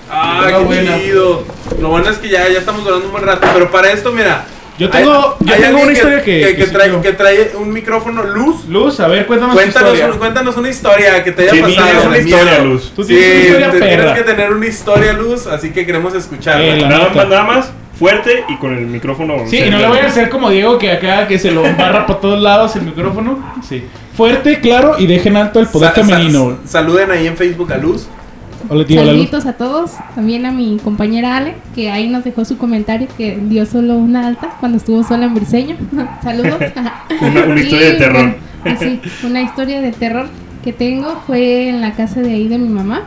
Speaker 5: Ah,
Speaker 4: Una
Speaker 5: qué
Speaker 4: buena.
Speaker 5: chido. Lo bueno es que ya, ya estamos durando un buen rato. Pero para esto, mira.
Speaker 4: Yo tengo- yo tengo
Speaker 5: alguien
Speaker 4: una historia que-
Speaker 5: que,
Speaker 4: que sí
Speaker 5: trae,
Speaker 4: quiero.
Speaker 5: que trae un micrófono luz.
Speaker 4: Luz, a ver, cuéntanos. tu
Speaker 5: Cuéntanos,
Speaker 4: historia.
Speaker 5: un- cuéntanos una historia que te haya
Speaker 3: Sí,
Speaker 5: pasado.
Speaker 3: tienes una
Speaker 5: de
Speaker 3: historia,
Speaker 5: miedo.
Speaker 3: Luz.
Speaker 4: Tú
Speaker 5: Sí,
Speaker 4: tienes una historia
Speaker 5: te- tienes
Speaker 4: perra.
Speaker 5: que tener una historia, Luz, así que queremos escucharla.
Speaker 4: Eh, la-
Speaker 3: Nada
Speaker 4: neta.
Speaker 3: más, nada más, fuerte y con el micrófono.
Speaker 4: Sí, y
Speaker 3: cerca.
Speaker 4: no le voy a hacer como Diego que acá que se lo embarra por todos lados el micrófono. Sí. Fuerte, claro y dejen alto el poder
Speaker 5: Sa- sa-
Speaker 4: femenino. güey.
Speaker 5: saluden ahí en Facebook a Luz.
Speaker 4: Hola, tío, hola, Luz.
Speaker 6: Saluditos a todos, también a mi compañera Ale, que ahí nos dejó su comentario que dio solo una alta cuando estuvo sola en Briseño. Saludos.
Speaker 3: Una- una historia de terror.
Speaker 6: bueno, así, una historia de terror que tengo fue en la casa de ahí de mi mamá.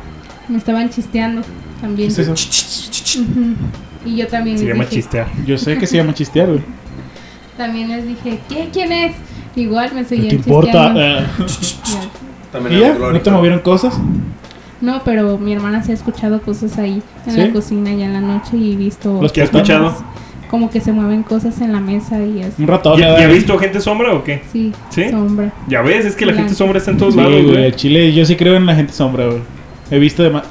Speaker 6: Me estaban chisteando
Speaker 4: ¿Qué
Speaker 6: también.
Speaker 4: es eso?
Speaker 6: Ujú. Y yo también
Speaker 3: Se
Speaker 6: les
Speaker 3: llama
Speaker 6: dije-
Speaker 3: chistear.
Speaker 4: Yo sé que se llama chistear, güey.
Speaker 6: También les dije, ¿qué? ¿Quién es? Igual me
Speaker 4: No
Speaker 6: seguían
Speaker 4: te importa.
Speaker 6: chisteando.
Speaker 4: eh.
Speaker 6: Ya.
Speaker 5: También
Speaker 4: ¿Y
Speaker 5: a
Speaker 4: ya?
Speaker 5: Gloria.
Speaker 4: ¿No te movieron cosas?
Speaker 6: No, pero mi hermana se ha escuchado cosas ahí en
Speaker 4: ¿Sí?
Speaker 6: la cocina y en la noche y visto
Speaker 4: Los
Speaker 3: ¿Qué has escuchado?
Speaker 6: como que se mueven cosas en la mesa y es
Speaker 4: Un ratón.
Speaker 3: ¿Ya,
Speaker 4: ¿verdad?
Speaker 3: ya visto gente sombra o qué?
Speaker 6: sí,
Speaker 3: ¿Sí?
Speaker 6: sombra.
Speaker 3: Ya ves, es que la gente
Speaker 6: Blanco.
Speaker 3: sombra está en todos
Speaker 4: Sí,
Speaker 3: lados,
Speaker 4: güey,
Speaker 3: güey.
Speaker 4: a Chile, yo sí creo en la gente sombra, güey. He visto de más.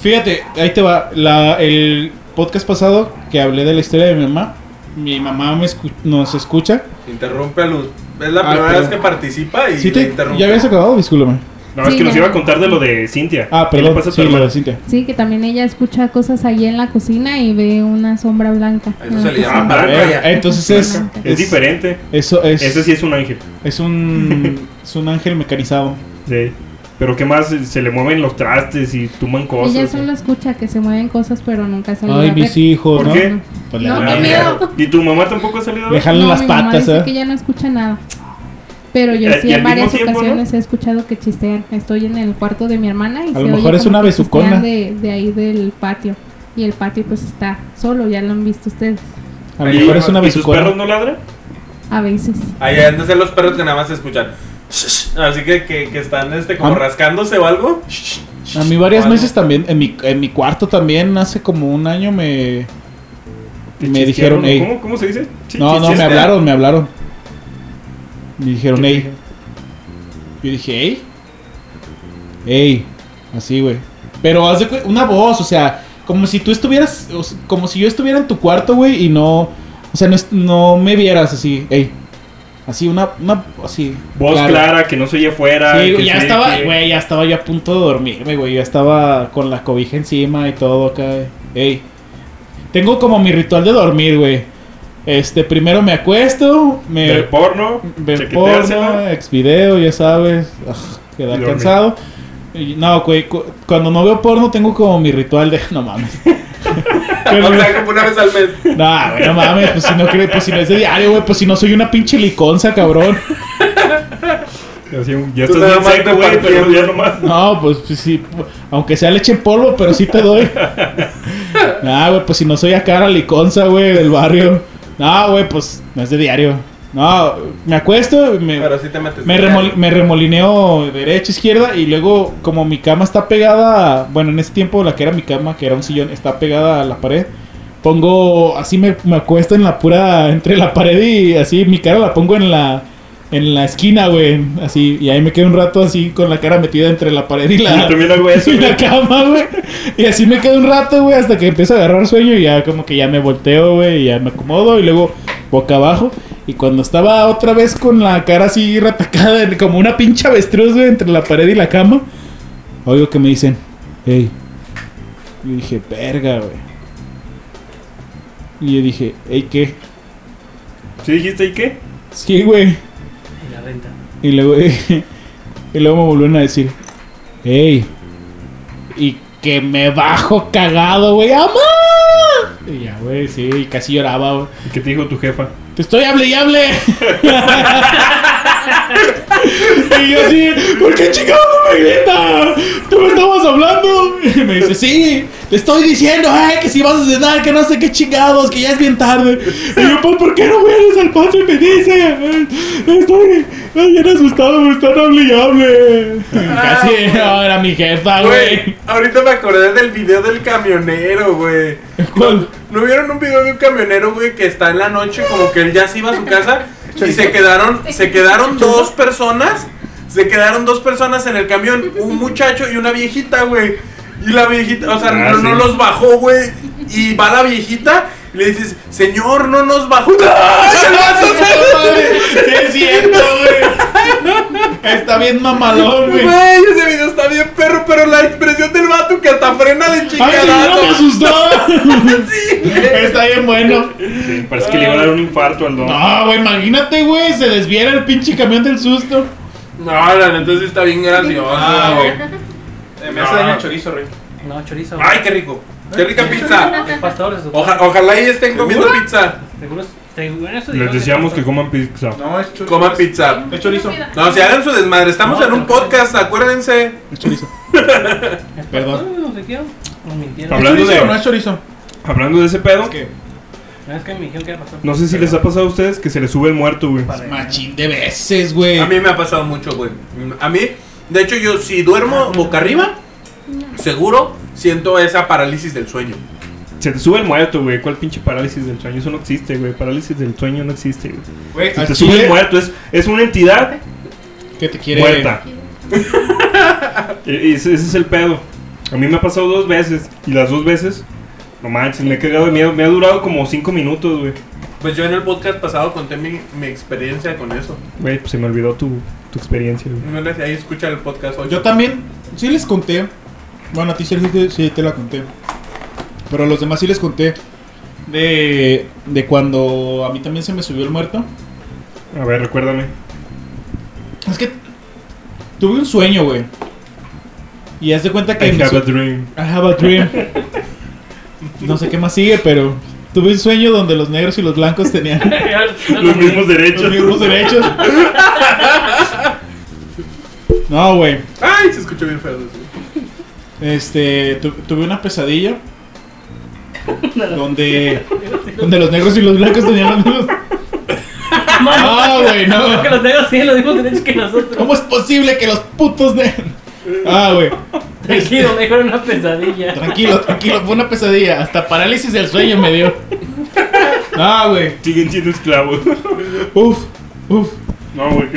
Speaker 4: Fíjate, ahí te va. La, el podcast pasado que hablé de la historia de mi mamá, mi mamá me escu- nos escucha.
Speaker 5: Interrumpe a Luz. Es la
Speaker 4: Ah,
Speaker 5: primera
Speaker 4: pero-
Speaker 5: vez que participa y
Speaker 4: ¿Sí
Speaker 5: le
Speaker 4: te-
Speaker 5: interrumpe.
Speaker 4: ¿Ya habías acabado? Discúlpame.
Speaker 3: No, es
Speaker 6: Sí,
Speaker 3: que nos
Speaker 6: ya.
Speaker 3: iba a contar de lo de Cintia.
Speaker 4: Ah,
Speaker 3: ¿Qué le
Speaker 4: perdón.
Speaker 3: pasa a tu
Speaker 4: Sí, lo
Speaker 3: hermana?
Speaker 4: de Cintia.
Speaker 6: Sí, que también ella escucha cosas ahí en la cocina y ve una sombra blanca.
Speaker 5: A eso se le
Speaker 6: Ah,
Speaker 5: llama
Speaker 3: Ah,
Speaker 5: paranoia.
Speaker 4: Eh, entonces es.
Speaker 3: Es, diferente.
Speaker 4: Eso es.
Speaker 3: Ese sí es un ángel.
Speaker 4: Es un. es un ángel mecanizado.
Speaker 3: Sí. Pero ¿qué más? Se le mueven los trastes y tuman cosas.
Speaker 5: ¿eh?
Speaker 6: Ella solo escucha que se mueven cosas, pero nunca se
Speaker 4: Ay,
Speaker 6: logra
Speaker 4: mis
Speaker 6: ver.
Speaker 4: hijos,
Speaker 3: ¿Por
Speaker 4: ¿no?
Speaker 3: qué?
Speaker 4: Pues le
Speaker 6: No,
Speaker 4: dan
Speaker 6: qué
Speaker 3: Ah,
Speaker 6: miedo.
Speaker 3: ¿Y tu mamá tampoco ha salido?
Speaker 4: Le jalan
Speaker 6: No,
Speaker 4: las
Speaker 6: mi mamá
Speaker 4: patas,
Speaker 6: dice
Speaker 4: ¿eh?
Speaker 6: que ya no escucha nada. Pero yo
Speaker 3: Y-
Speaker 6: sí
Speaker 3: Eh, y al
Speaker 6: en varias
Speaker 3: mismo tiempo, ¿no?
Speaker 6: ocasiones he escuchado que chistean. Estoy en el cuarto de mi hermana y
Speaker 4: A
Speaker 6: se
Speaker 4: lo
Speaker 6: oye
Speaker 4: mejor es
Speaker 6: como
Speaker 4: una
Speaker 6: que chistean
Speaker 4: besucona.
Speaker 6: De, de ahí del patio. Y el patio pues está solo, ya lo han visto ustedes.
Speaker 4: A lo
Speaker 3: ¿Y-
Speaker 4: mejor es una
Speaker 3: ¿Y tus perros
Speaker 4: besucona.
Speaker 3: no ladran?
Speaker 6: A veces.
Speaker 5: Ahí han de ser los perros que nada más escuchan. Así que, que, que están este, como
Speaker 4: Ah.
Speaker 5: rascándose o algo.
Speaker 4: A mí varias
Speaker 5: O algo.
Speaker 4: veces también, en mi, en mi cuarto también, hace como un año me.
Speaker 3: ¿Te
Speaker 4: Me
Speaker 3: chistearon?
Speaker 4: dijeron, "Ey".
Speaker 3: ¿Cómo, ¿Cómo se dice? Sí,
Speaker 4: No, no,
Speaker 5: sí,
Speaker 4: me
Speaker 5: está.
Speaker 4: hablaron, me hablaron. Me
Speaker 3: ¿Qué
Speaker 4: dijeron,
Speaker 3: te
Speaker 4: ey.
Speaker 3: dijeron?
Speaker 4: Yo dije, ey. Ey. Así, güey. Pero haz de cu- una voz, o sea, como si tú estuvieras, o s- como si yo estuviera en tu cuarto, güey, y no, o sea, no, est- no me vieras así, ey. Así, una, una, así.
Speaker 3: Voz
Speaker 4: claro.
Speaker 3: clara, que no soy afuera.
Speaker 4: Sí,
Speaker 3: que
Speaker 4: güey, ya
Speaker 3: soy-
Speaker 4: estaba,
Speaker 3: que-
Speaker 4: güey, ya estaba yo a punto de dormirme, güey. Ya estaba con la cobija encima y todo acá. Ey. Tengo como mi ritual de dormir, güey. Este, primero me acuesto, me
Speaker 3: Ver porno,
Speaker 4: ver
Speaker 3: chaqueteársela.
Speaker 4: porno, exvideo, ya sabes. Ugh,
Speaker 3: Y
Speaker 4: queda
Speaker 3: dormir.
Speaker 4: cansado. Y, no, güey, cu- cuando no veo porno tengo como mi ritual de no mames.
Speaker 5: O sea, como una vez al mes.
Speaker 4: Nah, güey, no mames, pues si no crees, pues si no es de diario, güey, pues si no soy una pinche liconza, cabrón.
Speaker 3: Así un- ya
Speaker 5: Tú
Speaker 3: estás
Speaker 5: nada
Speaker 3: bien
Speaker 5: más
Speaker 3: seco,
Speaker 5: te
Speaker 3: güey, pero
Speaker 5: partiendo.
Speaker 3: ya nomás.
Speaker 4: No, pues, pues sí, aunque sea leche en polvo, pero sí te doy. Nah, güey, pues si no soy acá la liconza, güey, del barrio. No, güey, pues no es de diario. No, me acuesto, me,
Speaker 5: Pero sí te metes.
Speaker 4: me, remol- me remolineo derecha, izquierda y luego como mi cama está pegada, a- bueno, en ese tiempo la que era mi cama, que era un sillón, está pegada a la pared. Pongo, así me, me acuesto en la pura, entre la pared y así mi cara la pongo en la, en la esquina, güey. Así, y ahí me quedo un rato así con la cara metida entre la pared y la,
Speaker 3: Yo también hago eso,
Speaker 4: y
Speaker 3: güey.
Speaker 4: la cama, güey. Y así me quedo un rato, güey, hasta que empiezo a agarrar sueño y ya como que ya me volteo, güey, y ya me acomodo y luego boca abajo. Y cuando estaba otra vez con la cara así retacada, en- como una pincha avestruz, güey, entre la pared y la cama, oigo que me dicen, hey. Yo dije, verga, güey. Y yo dije, hey, ¿qué?
Speaker 3: ¿Sí dijiste y qué?
Speaker 4: Sí, güey.
Speaker 2: Y la renta.
Speaker 4: Y luego, y luego me volvieron a decir, hey. Y que me bajo cagado, güey, ¡Amá! Y ya, güey, sí, y casi lloraba, güey.
Speaker 3: ¿Y ¿Qué te dijo tu jefa?
Speaker 4: Te estoy hable y hable. y yo así, ¿por qué chingado no me grita? Tú me estabas hablando. Y me dice, sí, te estoy diciendo, eh, que si vas a cenar, que no sé qué chingados, que ya es bien tarde. Y yo, pues, ¿por qué no vienes al patio y me dice? "Eh, Estoy estoy bien asustado, me están hable y hable. Casi, no, era mi jefa,
Speaker 5: Güey,
Speaker 4: güey.
Speaker 5: ahorita me acordé del video del camionero, güey.
Speaker 4: ¿Cuál?
Speaker 5: ¿No vieron un video de un camionero, güey, que está en la noche, como que él ya se iba a su casa y se quedaron, se quedaron dos personas, se quedaron dos personas en el camión, un muchacho y una viejita, güey. Y la viejita, o sea,
Speaker 3: Ah,
Speaker 5: no,
Speaker 3: sí.
Speaker 5: no los bajó, güey. Y va la viejita y le dices, señor, no nos bajó. ¡Ay, el vato se-
Speaker 4: Sí, es cierto, güey. Está bien mamalón, güey.
Speaker 5: Güey, ese video está bien perro, pero la expresión del vato que hasta frena de
Speaker 4: ¡Ay, señora, me
Speaker 5: chingadazo.
Speaker 4: asustó!
Speaker 5: Sí, güey.
Speaker 4: Está bien bueno.
Speaker 3: Sí, parece que le iba a dar un infarto al don.
Speaker 4: No, güey, imagínate, güey, se desviera el pinche camión del susto.
Speaker 5: No, la neta sí está bien gracioso,
Speaker 7: Ah,
Speaker 5: güey.
Speaker 8: Eh, Me hace daño el
Speaker 5: No.
Speaker 8: chorizo, Rey.
Speaker 9: No, chorizo.
Speaker 5: Ay, qué rico. Qué rica pizza.
Speaker 9: Pastores.
Speaker 5: Oja- ojalá y estén comiendo
Speaker 8: ¿Segura?
Speaker 5: pizza.
Speaker 9: Seguros.
Speaker 3: Les decíamos que coman pizza.
Speaker 8: No, es chorizo.
Speaker 5: Coman pizza.
Speaker 8: Es chorizo.
Speaker 5: No, si hagan su desmadre. Estamos en un podcast, acuérdense.
Speaker 4: Perdón.
Speaker 9: No, no sé qué. Nos mintieron.
Speaker 3: Hablando
Speaker 8: ¿Es chorizo o no
Speaker 3: de,
Speaker 8: es chorizo?
Speaker 3: hablando de ese pedo,
Speaker 9: No, es que me dijeron que era pastor.
Speaker 3: no sé si les ha pasado a ustedes que se les sube el muerto, güey.
Speaker 4: Machín de veces, güey.
Speaker 5: A mí me ha pasado mucho, güey. A mí, de hecho, yo si duermo boca arriba, seguro siento esa parálisis del sueño.
Speaker 3: Se te sube el muerto, güey. ¿Cuál pinche parálisis del sueño? Eso no existe, güey. Parálisis del sueño no existe, güey.
Speaker 8: Güey,
Speaker 3: Se
Speaker 4: Al
Speaker 3: te sube
Speaker 4: chile.
Speaker 3: el muerto. Es, es una entidad
Speaker 4: ¿Qué te quiere?
Speaker 3: muerta. E- ese, ese es el pedo. A mí me ha pasado dos veces. Y las dos veces, no manches, me he cagado de miedo. Me ha durado como cinco minutos, güey.
Speaker 5: Pues yo en el podcast pasado conté mi, mi experiencia con eso.
Speaker 3: Güey, pues se me olvidó tu, tu experiencia, güey.
Speaker 5: No sé si ahí escucha el podcast hoy.
Speaker 4: Yo también, sí les conté. Bueno, a ti Sergio sí te- sí te la conté. Pero a los demás sí les conté. De, de cuando a mí también se me subió el muerto.
Speaker 3: A ver, recuérdame.
Speaker 4: Es que tuve un sueño, güey. Y haz de cuenta que
Speaker 3: I
Speaker 4: me
Speaker 3: have a
Speaker 4: su-
Speaker 3: dream.
Speaker 4: I have a dream. No sé qué más sigue, pero tuve un sueño donde los negros y los blancos tenían
Speaker 3: Los mismos derechos.
Speaker 4: los mismos derechos. No, güey.
Speaker 5: Ay, se escuchó bien feo. sí.
Speaker 4: Este, tu- tuve una pesadilla donde donde los negros y los blancos tenían los mismos.
Speaker 2: Ah,
Speaker 4: No, güey, no.
Speaker 9: que los negros sí, los mismos derechos que nosotros.
Speaker 4: ¿Cómo es posible que los putos de Ah, güey.
Speaker 9: Tranquilo, mejor una pesadilla.
Speaker 4: Tranquilo, tranquilo, fue una pesadilla. Hasta parálisis del sueño me dio. Ah, güey.
Speaker 3: Siguen siendo esclavos.
Speaker 4: Uf, uf.
Speaker 3: no, güey. ¿qué?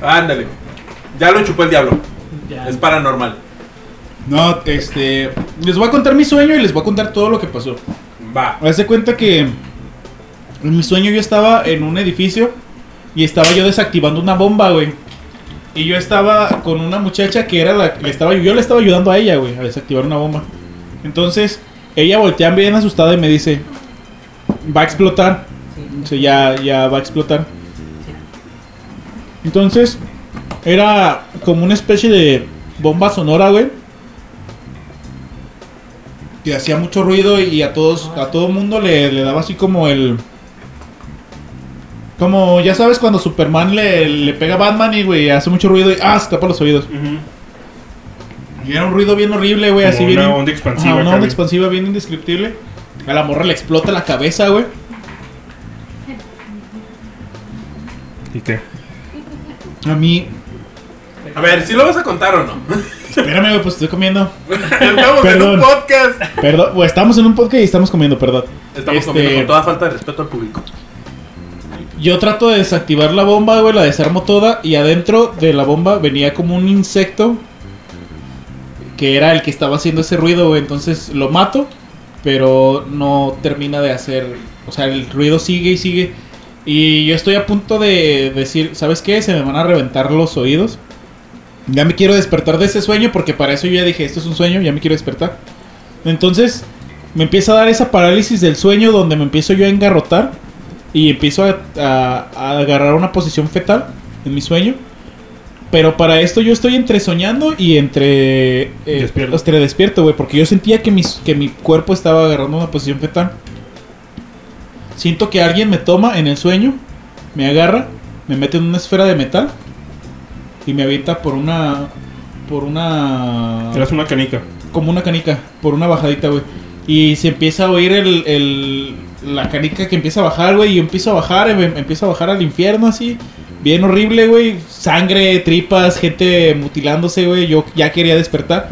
Speaker 5: Ándale. Ya lo chupó el diablo.
Speaker 9: Ya.
Speaker 5: Es paranormal.
Speaker 4: No, este. Les voy a contar mi sueño y les voy a contar todo lo que pasó.
Speaker 5: Va.
Speaker 4: Haz de cuenta que. En mi sueño yo estaba en un edificio. Y estaba yo desactivando una bomba, güey. Y yo estaba con una muchacha que era la. Le estaba, yo le estaba ayudando a ella, güey, a desactivar una bomba. Entonces, ella voltea bien asustada y me dice: Va a explotar. O sea, ya, ya va a explotar. Entonces, era como una especie de bomba sonora, güey. Que hacía mucho ruido y a todos, a todo mundo le, le daba así como el. Como ya sabes cuando Superman le, le pega a Batman y güey, hace mucho ruido y ah, se tapa los oídos.
Speaker 3: Ujú.
Speaker 4: Y era un ruido bien horrible, güey,
Speaker 3: Como
Speaker 4: así bien.
Speaker 3: una onda expansiva,
Speaker 4: Ajá, una
Speaker 3: Carmen.
Speaker 4: onda expansiva bien indescriptible. A la morra le explota la cabeza, güey.
Speaker 3: ¿Y qué?
Speaker 4: A mí.
Speaker 5: A ver, si lo vas a contar o no.
Speaker 4: Espérame, güey, pues estoy comiendo.
Speaker 5: Estamos en
Speaker 4: Perdón.
Speaker 5: un podcast.
Speaker 4: Perdón, güey, estamos en un podcast y estamos comiendo, perdón.
Speaker 5: Estamos
Speaker 4: Este-
Speaker 5: comiendo con toda falta de respeto al público.
Speaker 4: Yo trato de desactivar la bomba, güey, la desarmo toda y adentro de la bomba venía como un insecto que era el que estaba haciendo ese ruido, güey. Entonces lo mato, pero no termina de hacer O sea, el ruido sigue y sigue. Y yo estoy a punto de decir, ¿sabes qué? Se me van a reventar los oídos. Ya me quiero despertar de ese sueño porque para eso yo ya dije, esto es un sueño, ya me quiero despertar. Entonces me empieza a dar esa parálisis del sueño donde me empiezo yo a engarrotar y empiezo a, a- a agarrar una posición fetal en mi sueño. Pero para esto yo estoy entre soñando y entre... eh,
Speaker 3: Despierto.
Speaker 4: entre despierto, güey, porque yo sentía que, mis, que mi cuerpo estaba agarrando una posición fetal. Siento que alguien me toma en el sueño, me agarra, me mete en una esfera de metal y me avienta por una... Por una
Speaker 3: Eras una canica.
Speaker 4: como una canica por una bajadita, güey. Y se empieza a oír el, el- la canica que empieza a bajar, güey. Y yo empiezo a bajar, em- empiezo a bajar al infierno así. Bien horrible, güey. Sangre, tripas, gente mutilándose, güey. Yo ya quería despertar.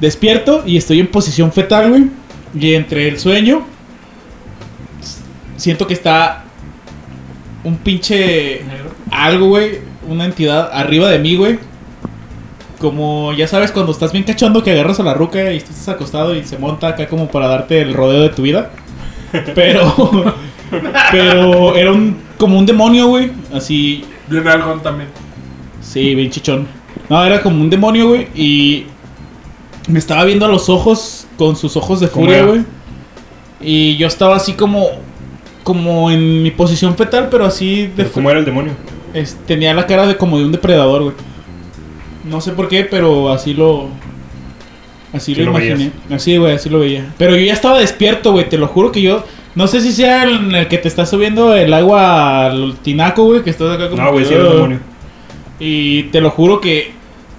Speaker 4: Despierto y estoy en posición fetal, güey. Y entre el sueño, s- siento que está un pinche algo, güey, una entidad arriba de mí, güey. Como ya sabes, cuando estás bien cachondo que agarras a la ruca y tú estás acostado y se monta acá como para darte el rodeo de tu vida. Pero. pero era un, como un demonio, güey. Así.
Speaker 5: Bien algón también.
Speaker 4: Sí, bien chichón. No, era como un demonio, güey. Y. Me estaba viendo a los ojos con sus ojos de
Speaker 3: ¿Cómo
Speaker 4: furia,
Speaker 3: era?
Speaker 4: güey. Y yo estaba así como. Como en mi posición fetal, pero así de
Speaker 3: Pero ¿Cómo era el demonio?
Speaker 4: es- tenía la cara de como de un depredador, güey. No sé por qué, pero así lo. Así
Speaker 3: Sí
Speaker 4: lo,
Speaker 3: lo
Speaker 4: imaginé.
Speaker 3: veías.
Speaker 4: Así, güey, así lo veía. Pero yo ya estaba despierto, güey, te lo juro que yo. No sé si sea el, en el que te está subiendo el agua al tinaco, güey, que estás acá como.
Speaker 3: No, güey,
Speaker 4: que,
Speaker 3: sí era el
Speaker 4: "Ugh".
Speaker 3: demonio.
Speaker 4: Y te lo juro que.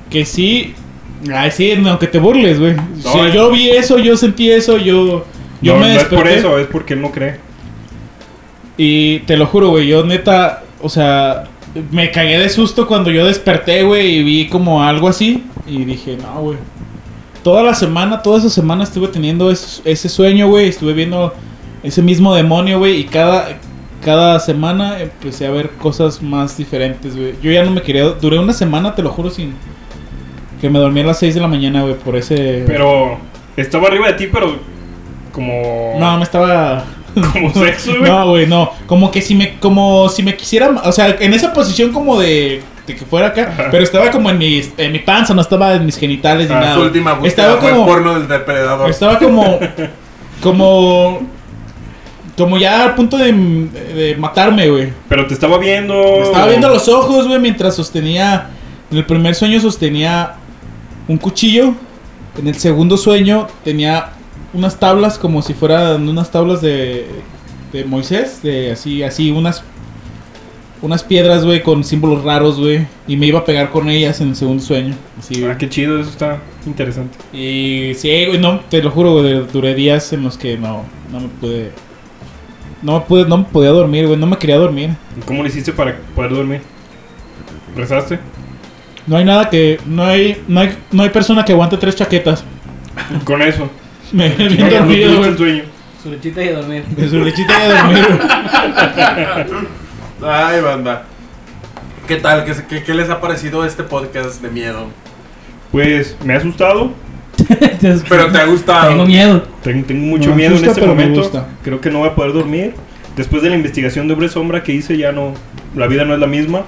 Speaker 4: Que sí. Ay, sí, aunque te burles, güey.
Speaker 3: No,
Speaker 4: O sea,
Speaker 3: es-
Speaker 4: yo vi eso, yo sentí eso, yo. Yo
Speaker 3: no,
Speaker 4: me
Speaker 3: no es por
Speaker 4: desperté.
Speaker 3: eso, es porque él no cree.
Speaker 4: Y te lo juro, güey, yo neta, o sea, me cagué de susto cuando yo desperté, güey, y vi como algo así. Y dije, no, güey. Toda la semana, toda esa semana estuve teniendo es- ese sueño, güey. Estuve viendo ese mismo demonio, güey. Y cada, cada semana empecé a ver cosas más diferentes, güey. Yo ya no me quería... Duré una semana, te lo juro, sin... Que me dormí a las 6 de la mañana, güey, por ese...
Speaker 3: Pero estaba arriba de ti, pero como.
Speaker 4: No, me estaba...
Speaker 3: Como sexo, güey.
Speaker 4: No, güey, no. Como que si me, como si me quisiera, o sea, en esa posición como de, de que fuera acá,
Speaker 3: Ajá.
Speaker 4: pero estaba como en mi, en mi panza, no estaba en mis genitales ni
Speaker 3: Ah,
Speaker 4: nada.
Speaker 5: Su última búsqueda
Speaker 4: estaba
Speaker 5: fue
Speaker 4: como,
Speaker 5: el porno del depredador.
Speaker 4: estaba como, como, como ya a punto de, de matarme, güey.
Speaker 3: Pero te estaba viendo.
Speaker 4: Me estaba viendo los ojos, güey, mientras sostenía. En el primer sueño sostenía un cuchillo. En el segundo sueño tenía unas tablas como si fueran unas tablas de, de Moisés, de así, así, unas, unas piedras, güey, con símbolos raros, güey. Y me iba a pegar con ellas en el segundo sueño. Así, güey.
Speaker 3: Ah, qué chido, eso está interesante.
Speaker 4: Y sí, güey, no, te lo juro, güey, duré días en los que no, no me pude... No me, pude, no me podía dormir, güey, no me quería dormir.
Speaker 3: ¿Y cómo lo hiciste para poder dormir? ¿Rezaste?
Speaker 4: No hay nada que. No hay, no hay, no hay persona que aguante tres chaquetas.
Speaker 3: Con eso.
Speaker 4: Me
Speaker 3: No,
Speaker 4: bien
Speaker 3: no, no
Speaker 4: dormido,
Speaker 3: tuviste
Speaker 4: güey.
Speaker 3: el sueño.
Speaker 9: Su lechita y a dormir.
Speaker 4: De su lechita ya dormido.
Speaker 5: Ay, banda. ¿Qué tal? ¿Qué, qué, qué les ha parecido este podcast de miedo?
Speaker 3: Pues me ha asustado.
Speaker 2: Entonces,
Speaker 5: Pero te
Speaker 2: Tengo
Speaker 5: ha
Speaker 4: ah,
Speaker 5: gustado.
Speaker 2: miedo.
Speaker 3: Ten- Tengo mucho
Speaker 4: Me
Speaker 3: miedo
Speaker 4: asusta,
Speaker 3: en este
Speaker 4: pero me
Speaker 3: momento.
Speaker 4: gusta.
Speaker 3: Creo que no voy a poder dormir. Después de la investigación de Hombre Sombra que hice, ya no. La vida no es la misma.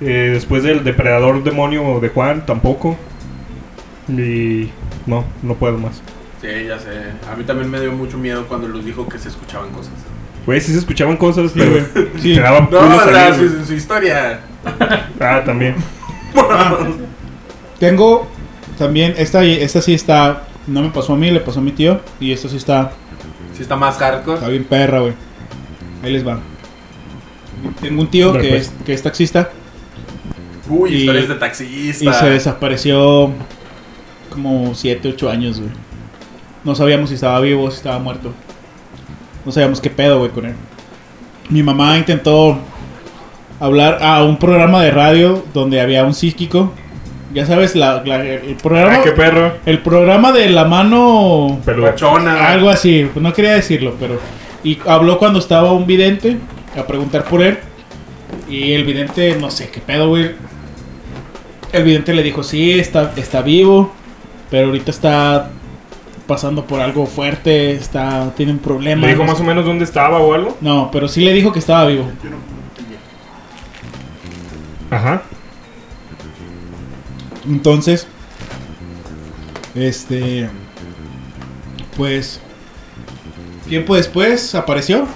Speaker 3: Eh, después del depredador demonio de Juan, tampoco. Y. No, no puedo más.
Speaker 5: Sí, ya sé. A mí también me dio mucho miedo cuando Luz dijo que se escuchaban cosas.
Speaker 3: Güey, sí se escuchaban cosas, pero
Speaker 4: Sí.
Speaker 3: te daban
Speaker 5: No,
Speaker 3: culo
Speaker 5: o sea,
Speaker 3: salir, güey.
Speaker 5: su, su historia.
Speaker 3: Ah, también.
Speaker 4: Tengo también. Esta, esta sí está. No me pasó a mí, le pasó a mi tío. Y esta sí está.
Speaker 5: Si está más
Speaker 4: Está
Speaker 5: hardcore.
Speaker 4: bien perra, güey. Ahí les va. Tengo un tío que es, que es taxista.
Speaker 5: Uy,
Speaker 4: Y-
Speaker 5: historias de
Speaker 4: Y
Speaker 5: taxista.
Speaker 4: se desapareció como 7, 8 años, güey. No sabíamos si estaba vivo o si estaba muerto. No sabíamos qué pedo, güey, con él. Mi mamá intentó hablar a un programa de radio donde había un psíquico. Ya sabes, la, la- el programa...
Speaker 3: Ah, qué perro.
Speaker 4: el programa de la mano...
Speaker 3: Pero
Speaker 5: Pachona.
Speaker 3: Ah.
Speaker 4: Algo así, pues no quería decirlo, pero... Y habló cuando estaba un vidente a preguntar por él. Y el vidente, no sé qué pedo, güey. El vidente le dijo, sí, está, está vivo, pero ahorita está pasando por algo fuerte, está, tienen problemas.
Speaker 3: ¿Le dijo más o menos dónde estaba o algo?
Speaker 4: No, pero sí le dijo que estaba vivo.
Speaker 3: Ajá.
Speaker 4: Entonces, este, pues, tiempo después apareció.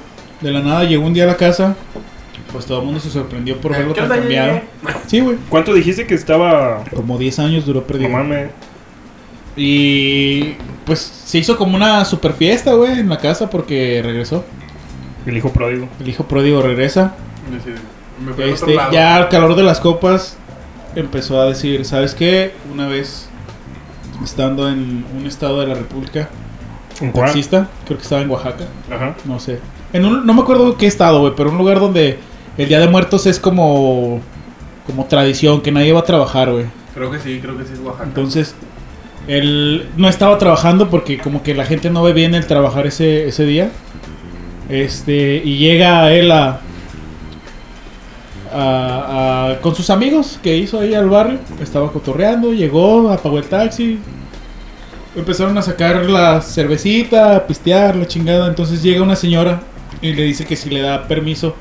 Speaker 4: De la nada llegó un día a la casa. Pues todo el mundo se sorprendió por verlo
Speaker 5: Eh, ¿Qué
Speaker 4: tan
Speaker 5: onda,
Speaker 4: cambiado.
Speaker 5: Yeye?
Speaker 4: Sí, güey.
Speaker 3: ¿Cuánto dijiste que estaba.?
Speaker 4: Como 10 años duró
Speaker 3: No
Speaker 4: perdido.
Speaker 3: mames.
Speaker 4: Y pues se hizo como una super fiesta, güey, en la casa porque regresó.
Speaker 3: El hijo pródigo.
Speaker 4: El hijo pródigo regresa.
Speaker 5: Me fui a otro
Speaker 4: Este,
Speaker 5: lado.
Speaker 4: ya al calor de las copas empezó a decir, ¿sabes qué? Una vez estando en un estado de la República
Speaker 3: ¿En cuál?
Speaker 4: taxista, creo que estaba en Oaxaca,
Speaker 3: Ajá.
Speaker 4: no sé. En un, no me acuerdo qué estado, güey, pero un lugar donde el Día de Muertos es como como tradición que nadie va a trabajar, güey.
Speaker 5: Creo que sí, creo que sí es Oaxaca.
Speaker 4: Entonces, él no estaba trabajando porque como que la gente no ve bien el trabajar ese, ese día. Este, y llega él a, a- a- con sus amigos que hizo ahí al barrio. Estaba cotorreando, llegó, apagó el taxi. Empezaron a sacar la cervecita, a pistear, la chingada. Entonces llega una señora y le dice que si le da permiso,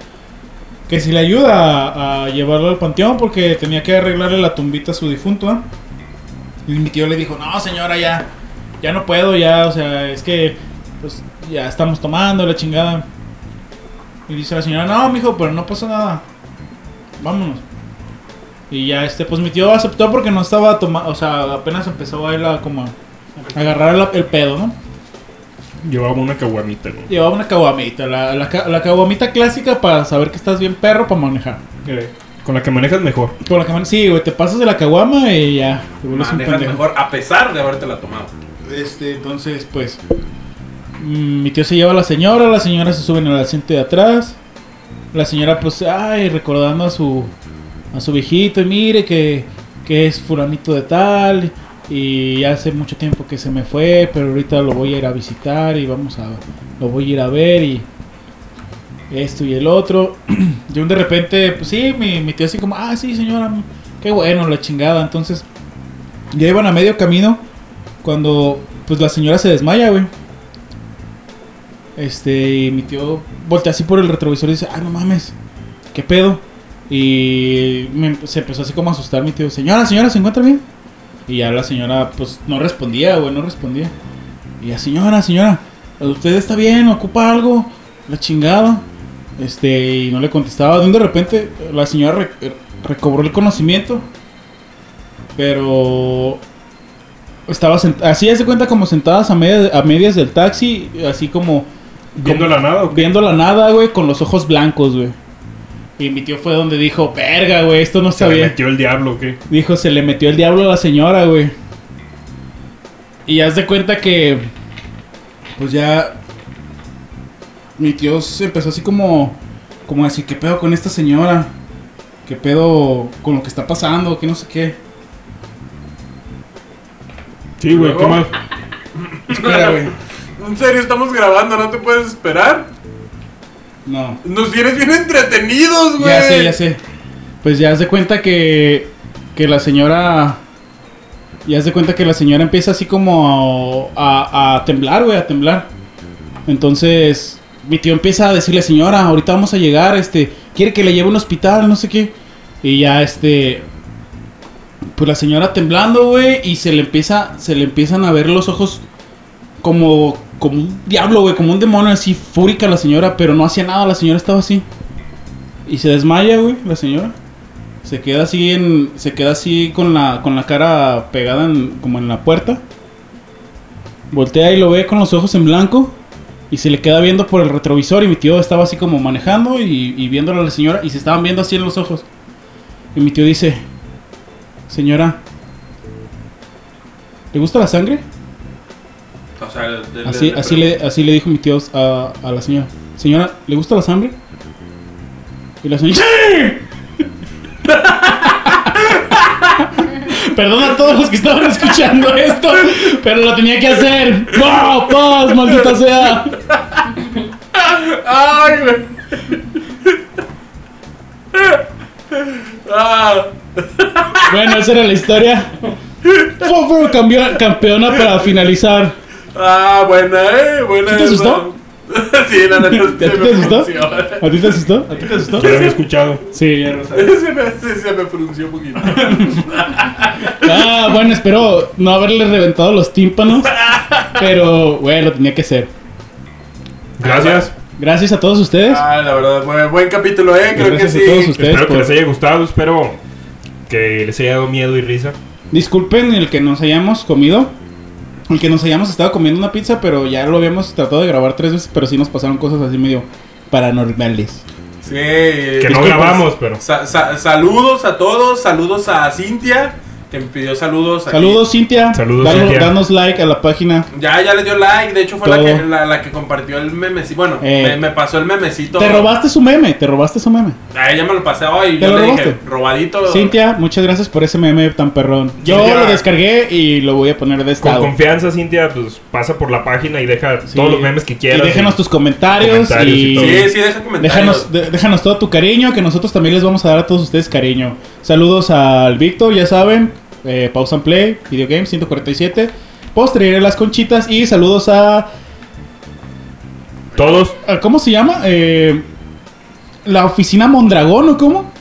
Speaker 4: que si le ayuda a, a llevarlo al panteón porque tenía que arreglarle la tumbita a su difunto. ¿ah? Y mi tío le dijo, no señora, ya, ya no puedo, ya, o sea, es que pues ya estamos tomando la chingada. Y dice la señora, no, mijo, pero no pasa nada. Vámonos. Y ya este, pues mi tío aceptó porque no estaba tomando, o sea, apenas empezó a él a como a agarrar la- el pedo, ¿no?
Speaker 3: Llevaba una caguamita, ¿no?
Speaker 4: Llevaba una caguamita, la, la, ca- la caguamita clásica para saber que estás bien perro para manejar.
Speaker 3: Con la que manejas mejor.
Speaker 4: Con la caguama- sí, güey, te pasas de la caguama y ya, te vuelves un
Speaker 5: Manejas
Speaker 4: pendejo.
Speaker 5: mejor a pesar de haberte la tomado.
Speaker 4: Este, entonces, pues. mm, Mi tío se lleva a la señora, la señora se sube en el asiento de atrás. La señora, pues, ay, recordando a su. a su viejito, y mire que. que es fulanito de tal. Y hace mucho tiempo que se me fue, pero ahorita lo voy a ir a visitar y vamos a. lo voy a ir a ver y. esto y el otro. Y un de repente, pues sí, mi, mi tío así como, ah, sí, señora, qué bueno, la chingada. Entonces, ya iban a medio camino cuando pues la señora se desmaya, güey. Este, y mi tío voltea así por el retrovisor y dice, ay, no mames, ¿qué pedo? Y me empe- se empezó así como a asustar mi tío, señora, señora, ¿se encuentra bien? Y ya la señora pues no respondía, güey, no respondía. Y ya, señora, señora, ¿usted está bien? ¿Ocupa algo? La chingada. Este, y no le contestaba. De un de repente la señora re- eh, recobró el conocimiento. Pero estaba sent- así hace cuenta como sentadas a, media- a medias del taxi, así como
Speaker 3: ¿Viendo la nada o qué?
Speaker 4: viendo la nada, güey, con los ojos blancos, güey. Y mi tío fue donde dijo, verga, güey, esto no
Speaker 3: Se
Speaker 4: está
Speaker 3: le
Speaker 4: bien.
Speaker 3: metió el diablo o qué.
Speaker 4: Dijo, se le metió el diablo a la señora, güey. Y haz de cuenta que. Pues ya. Mi tío se empezó así como. Como así, ¿qué pedo con esta señora? ¿Qué pedo con lo que está pasando? Que no sé qué.
Speaker 3: Sí, güey,
Speaker 5: Luego-
Speaker 3: qué mal.
Speaker 4: Espera, güey.
Speaker 5: En serio, estamos grabando, no te puedes esperar.
Speaker 4: No.
Speaker 5: Nos tienes bien entretenidos, güey.
Speaker 4: Ya sé, ya sé. Pues ya haz de cuenta que. Que la señora. Ya haz de cuenta que la señora empieza así como a, a temblar, güey, a temblar. Entonces, mi tío empieza a decirle, señora, ahorita vamos a llegar, este, quiere que le lleve a un hospital, no sé qué. Y ya, este. Pues la señora temblando, güey, y se le empieza. Se le empiezan a ver los ojos como. como un diablo, güey, como un demonio así, fúrica la señora, pero no hacía nada, la señora estaba así. Y se desmaya, güey, la señora. Se queda así en. Se queda así con la, con la cara pegada en- como en la puerta. Voltea y lo ve con los ojos en blanco. Y se le queda viendo por el retrovisor. Y mi tío estaba así como manejando y, y viéndolo a la señora. Y se estaban viendo así en los ojos. Y mi tío dice: Señora, ¿le gusta la sangre?
Speaker 5: O sea, de- de-
Speaker 4: Así,
Speaker 5: de-
Speaker 4: así, le, así le dijo mi tío a, a la señora. Señora, ¿le gusta la sangre? Y la señora... ¡Sí! Perdón a todos los que estaban escuchando esto, pero lo tenía que hacer. ¡Wow! ¡Paz, maldita sea!
Speaker 5: ¡Ay, güey! ah,
Speaker 4: Bueno, esa era la historia. Fofo campeona para finalizar.
Speaker 5: Ah, buena, eh, buena.
Speaker 4: ¿Sí te
Speaker 5: esa.
Speaker 4: asustó?
Speaker 5: sí, la neta.
Speaker 4: ¿A ti
Speaker 5: se me
Speaker 4: te asustó?
Speaker 5: frunció.
Speaker 4: ¿A ti te asustó? ¿A ti te asustó?
Speaker 3: Ya lo había escuchado.
Speaker 4: Sí, ya lo sabes.
Speaker 5: se, me, sí, se me frunció un poquito.
Speaker 4: Ah, bueno, espero no haberle reventado los tímpanos. Pero, güey, lo tenía que hacer.
Speaker 3: Gracias.
Speaker 4: Gracias a todos ustedes.
Speaker 5: Ah, la verdad, buen, buen capítulo, eh. Creo que
Speaker 4: Gracias a todos
Speaker 5: sí.
Speaker 4: ustedes.
Speaker 3: Espero que
Speaker 4: por-
Speaker 3: les haya gustado. Espero que les haya dado miedo y risa.
Speaker 4: Disculpen el que nos hayamos comido. El que nos hayamos estado comiendo una pizza, pero ya lo habíamos tratado de grabar tres veces, pero sí nos pasaron cosas así medio paranormales.
Speaker 5: Sí.
Speaker 3: Que no
Speaker 4: Disculpas.
Speaker 3: grabamos, pero.
Speaker 5: Sa- sa- saludos a todos, saludos a Cintia, que me pidió saludos. aquí.
Speaker 4: Saludos, Cintia.
Speaker 3: Saludos,
Speaker 4: Danos-
Speaker 3: Cintia.
Speaker 4: Danos like a la página.
Speaker 5: Ya, ya le dio like, de hecho fue la
Speaker 4: Todo.
Speaker 5: que, la, la que compartió el memecito. Bueno,
Speaker 4: Eh.
Speaker 5: me, me pasó el memecito.
Speaker 4: Te robaste su meme, te robaste su meme.
Speaker 5: A ella me lo pasé hoy y
Speaker 4: ¿Te
Speaker 5: yo
Speaker 4: lo
Speaker 5: le dije,
Speaker 4: robaste?
Speaker 5: robadito.
Speaker 4: Cintia, muchas gracias por ese meme tan perrón. Yo
Speaker 5: Cintia.
Speaker 4: lo descargué y lo voy a poner de este
Speaker 3: Con
Speaker 4: estado.
Speaker 3: confianza, Cintia, pues pasa por la página y deja
Speaker 4: Sí.
Speaker 3: todos los memes que
Speaker 4: Y
Speaker 3: quieras.
Speaker 4: déjanos tus comentarios,
Speaker 3: Comentarios y
Speaker 4: y,
Speaker 3: todo.
Speaker 5: Sí, sí, deja comentarios.
Speaker 4: déjanos, de- déjanos todo tu cariño, que nosotros también les vamos a dar a todos ustedes cariño. Saludos al Víctor, ya saben, eh, Pause and Play, Video Game 147, Postre las conchitas y saludos a...
Speaker 3: Todos.
Speaker 4: a- ¿Cómo se llama? Eh, la oficina Mondragón o cómo?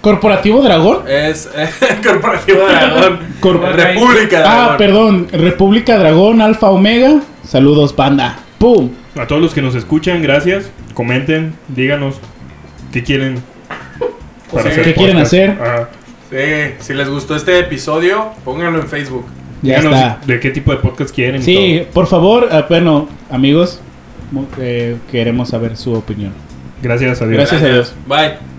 Speaker 4: Corporativo Dragón.
Speaker 5: Es eh, Corporativo Dragón.
Speaker 4: Corp-
Speaker 5: República Dragón.
Speaker 4: Ah, perdón, República Dragón, Alfa Omega. Saludos, banda. ¡Pum!
Speaker 3: A todos los que nos escuchan, gracias. Comenten, díganos qué quieren.
Speaker 5: Sí.
Speaker 4: ¿Qué quieren hacer?
Speaker 3: Ajá.
Speaker 5: Sí, si les gustó este episodio, pónganlo en Facebook.
Speaker 4: Ya
Speaker 3: díganos
Speaker 4: está.
Speaker 3: de qué tipo de podcast quieren. y
Speaker 4: Sí, por favor, ah, bueno, amigos, mu- eh, queremos saber su opinión.
Speaker 3: todo. Gracias, adiós.
Speaker 4: Gracias a Dios.
Speaker 5: Bye.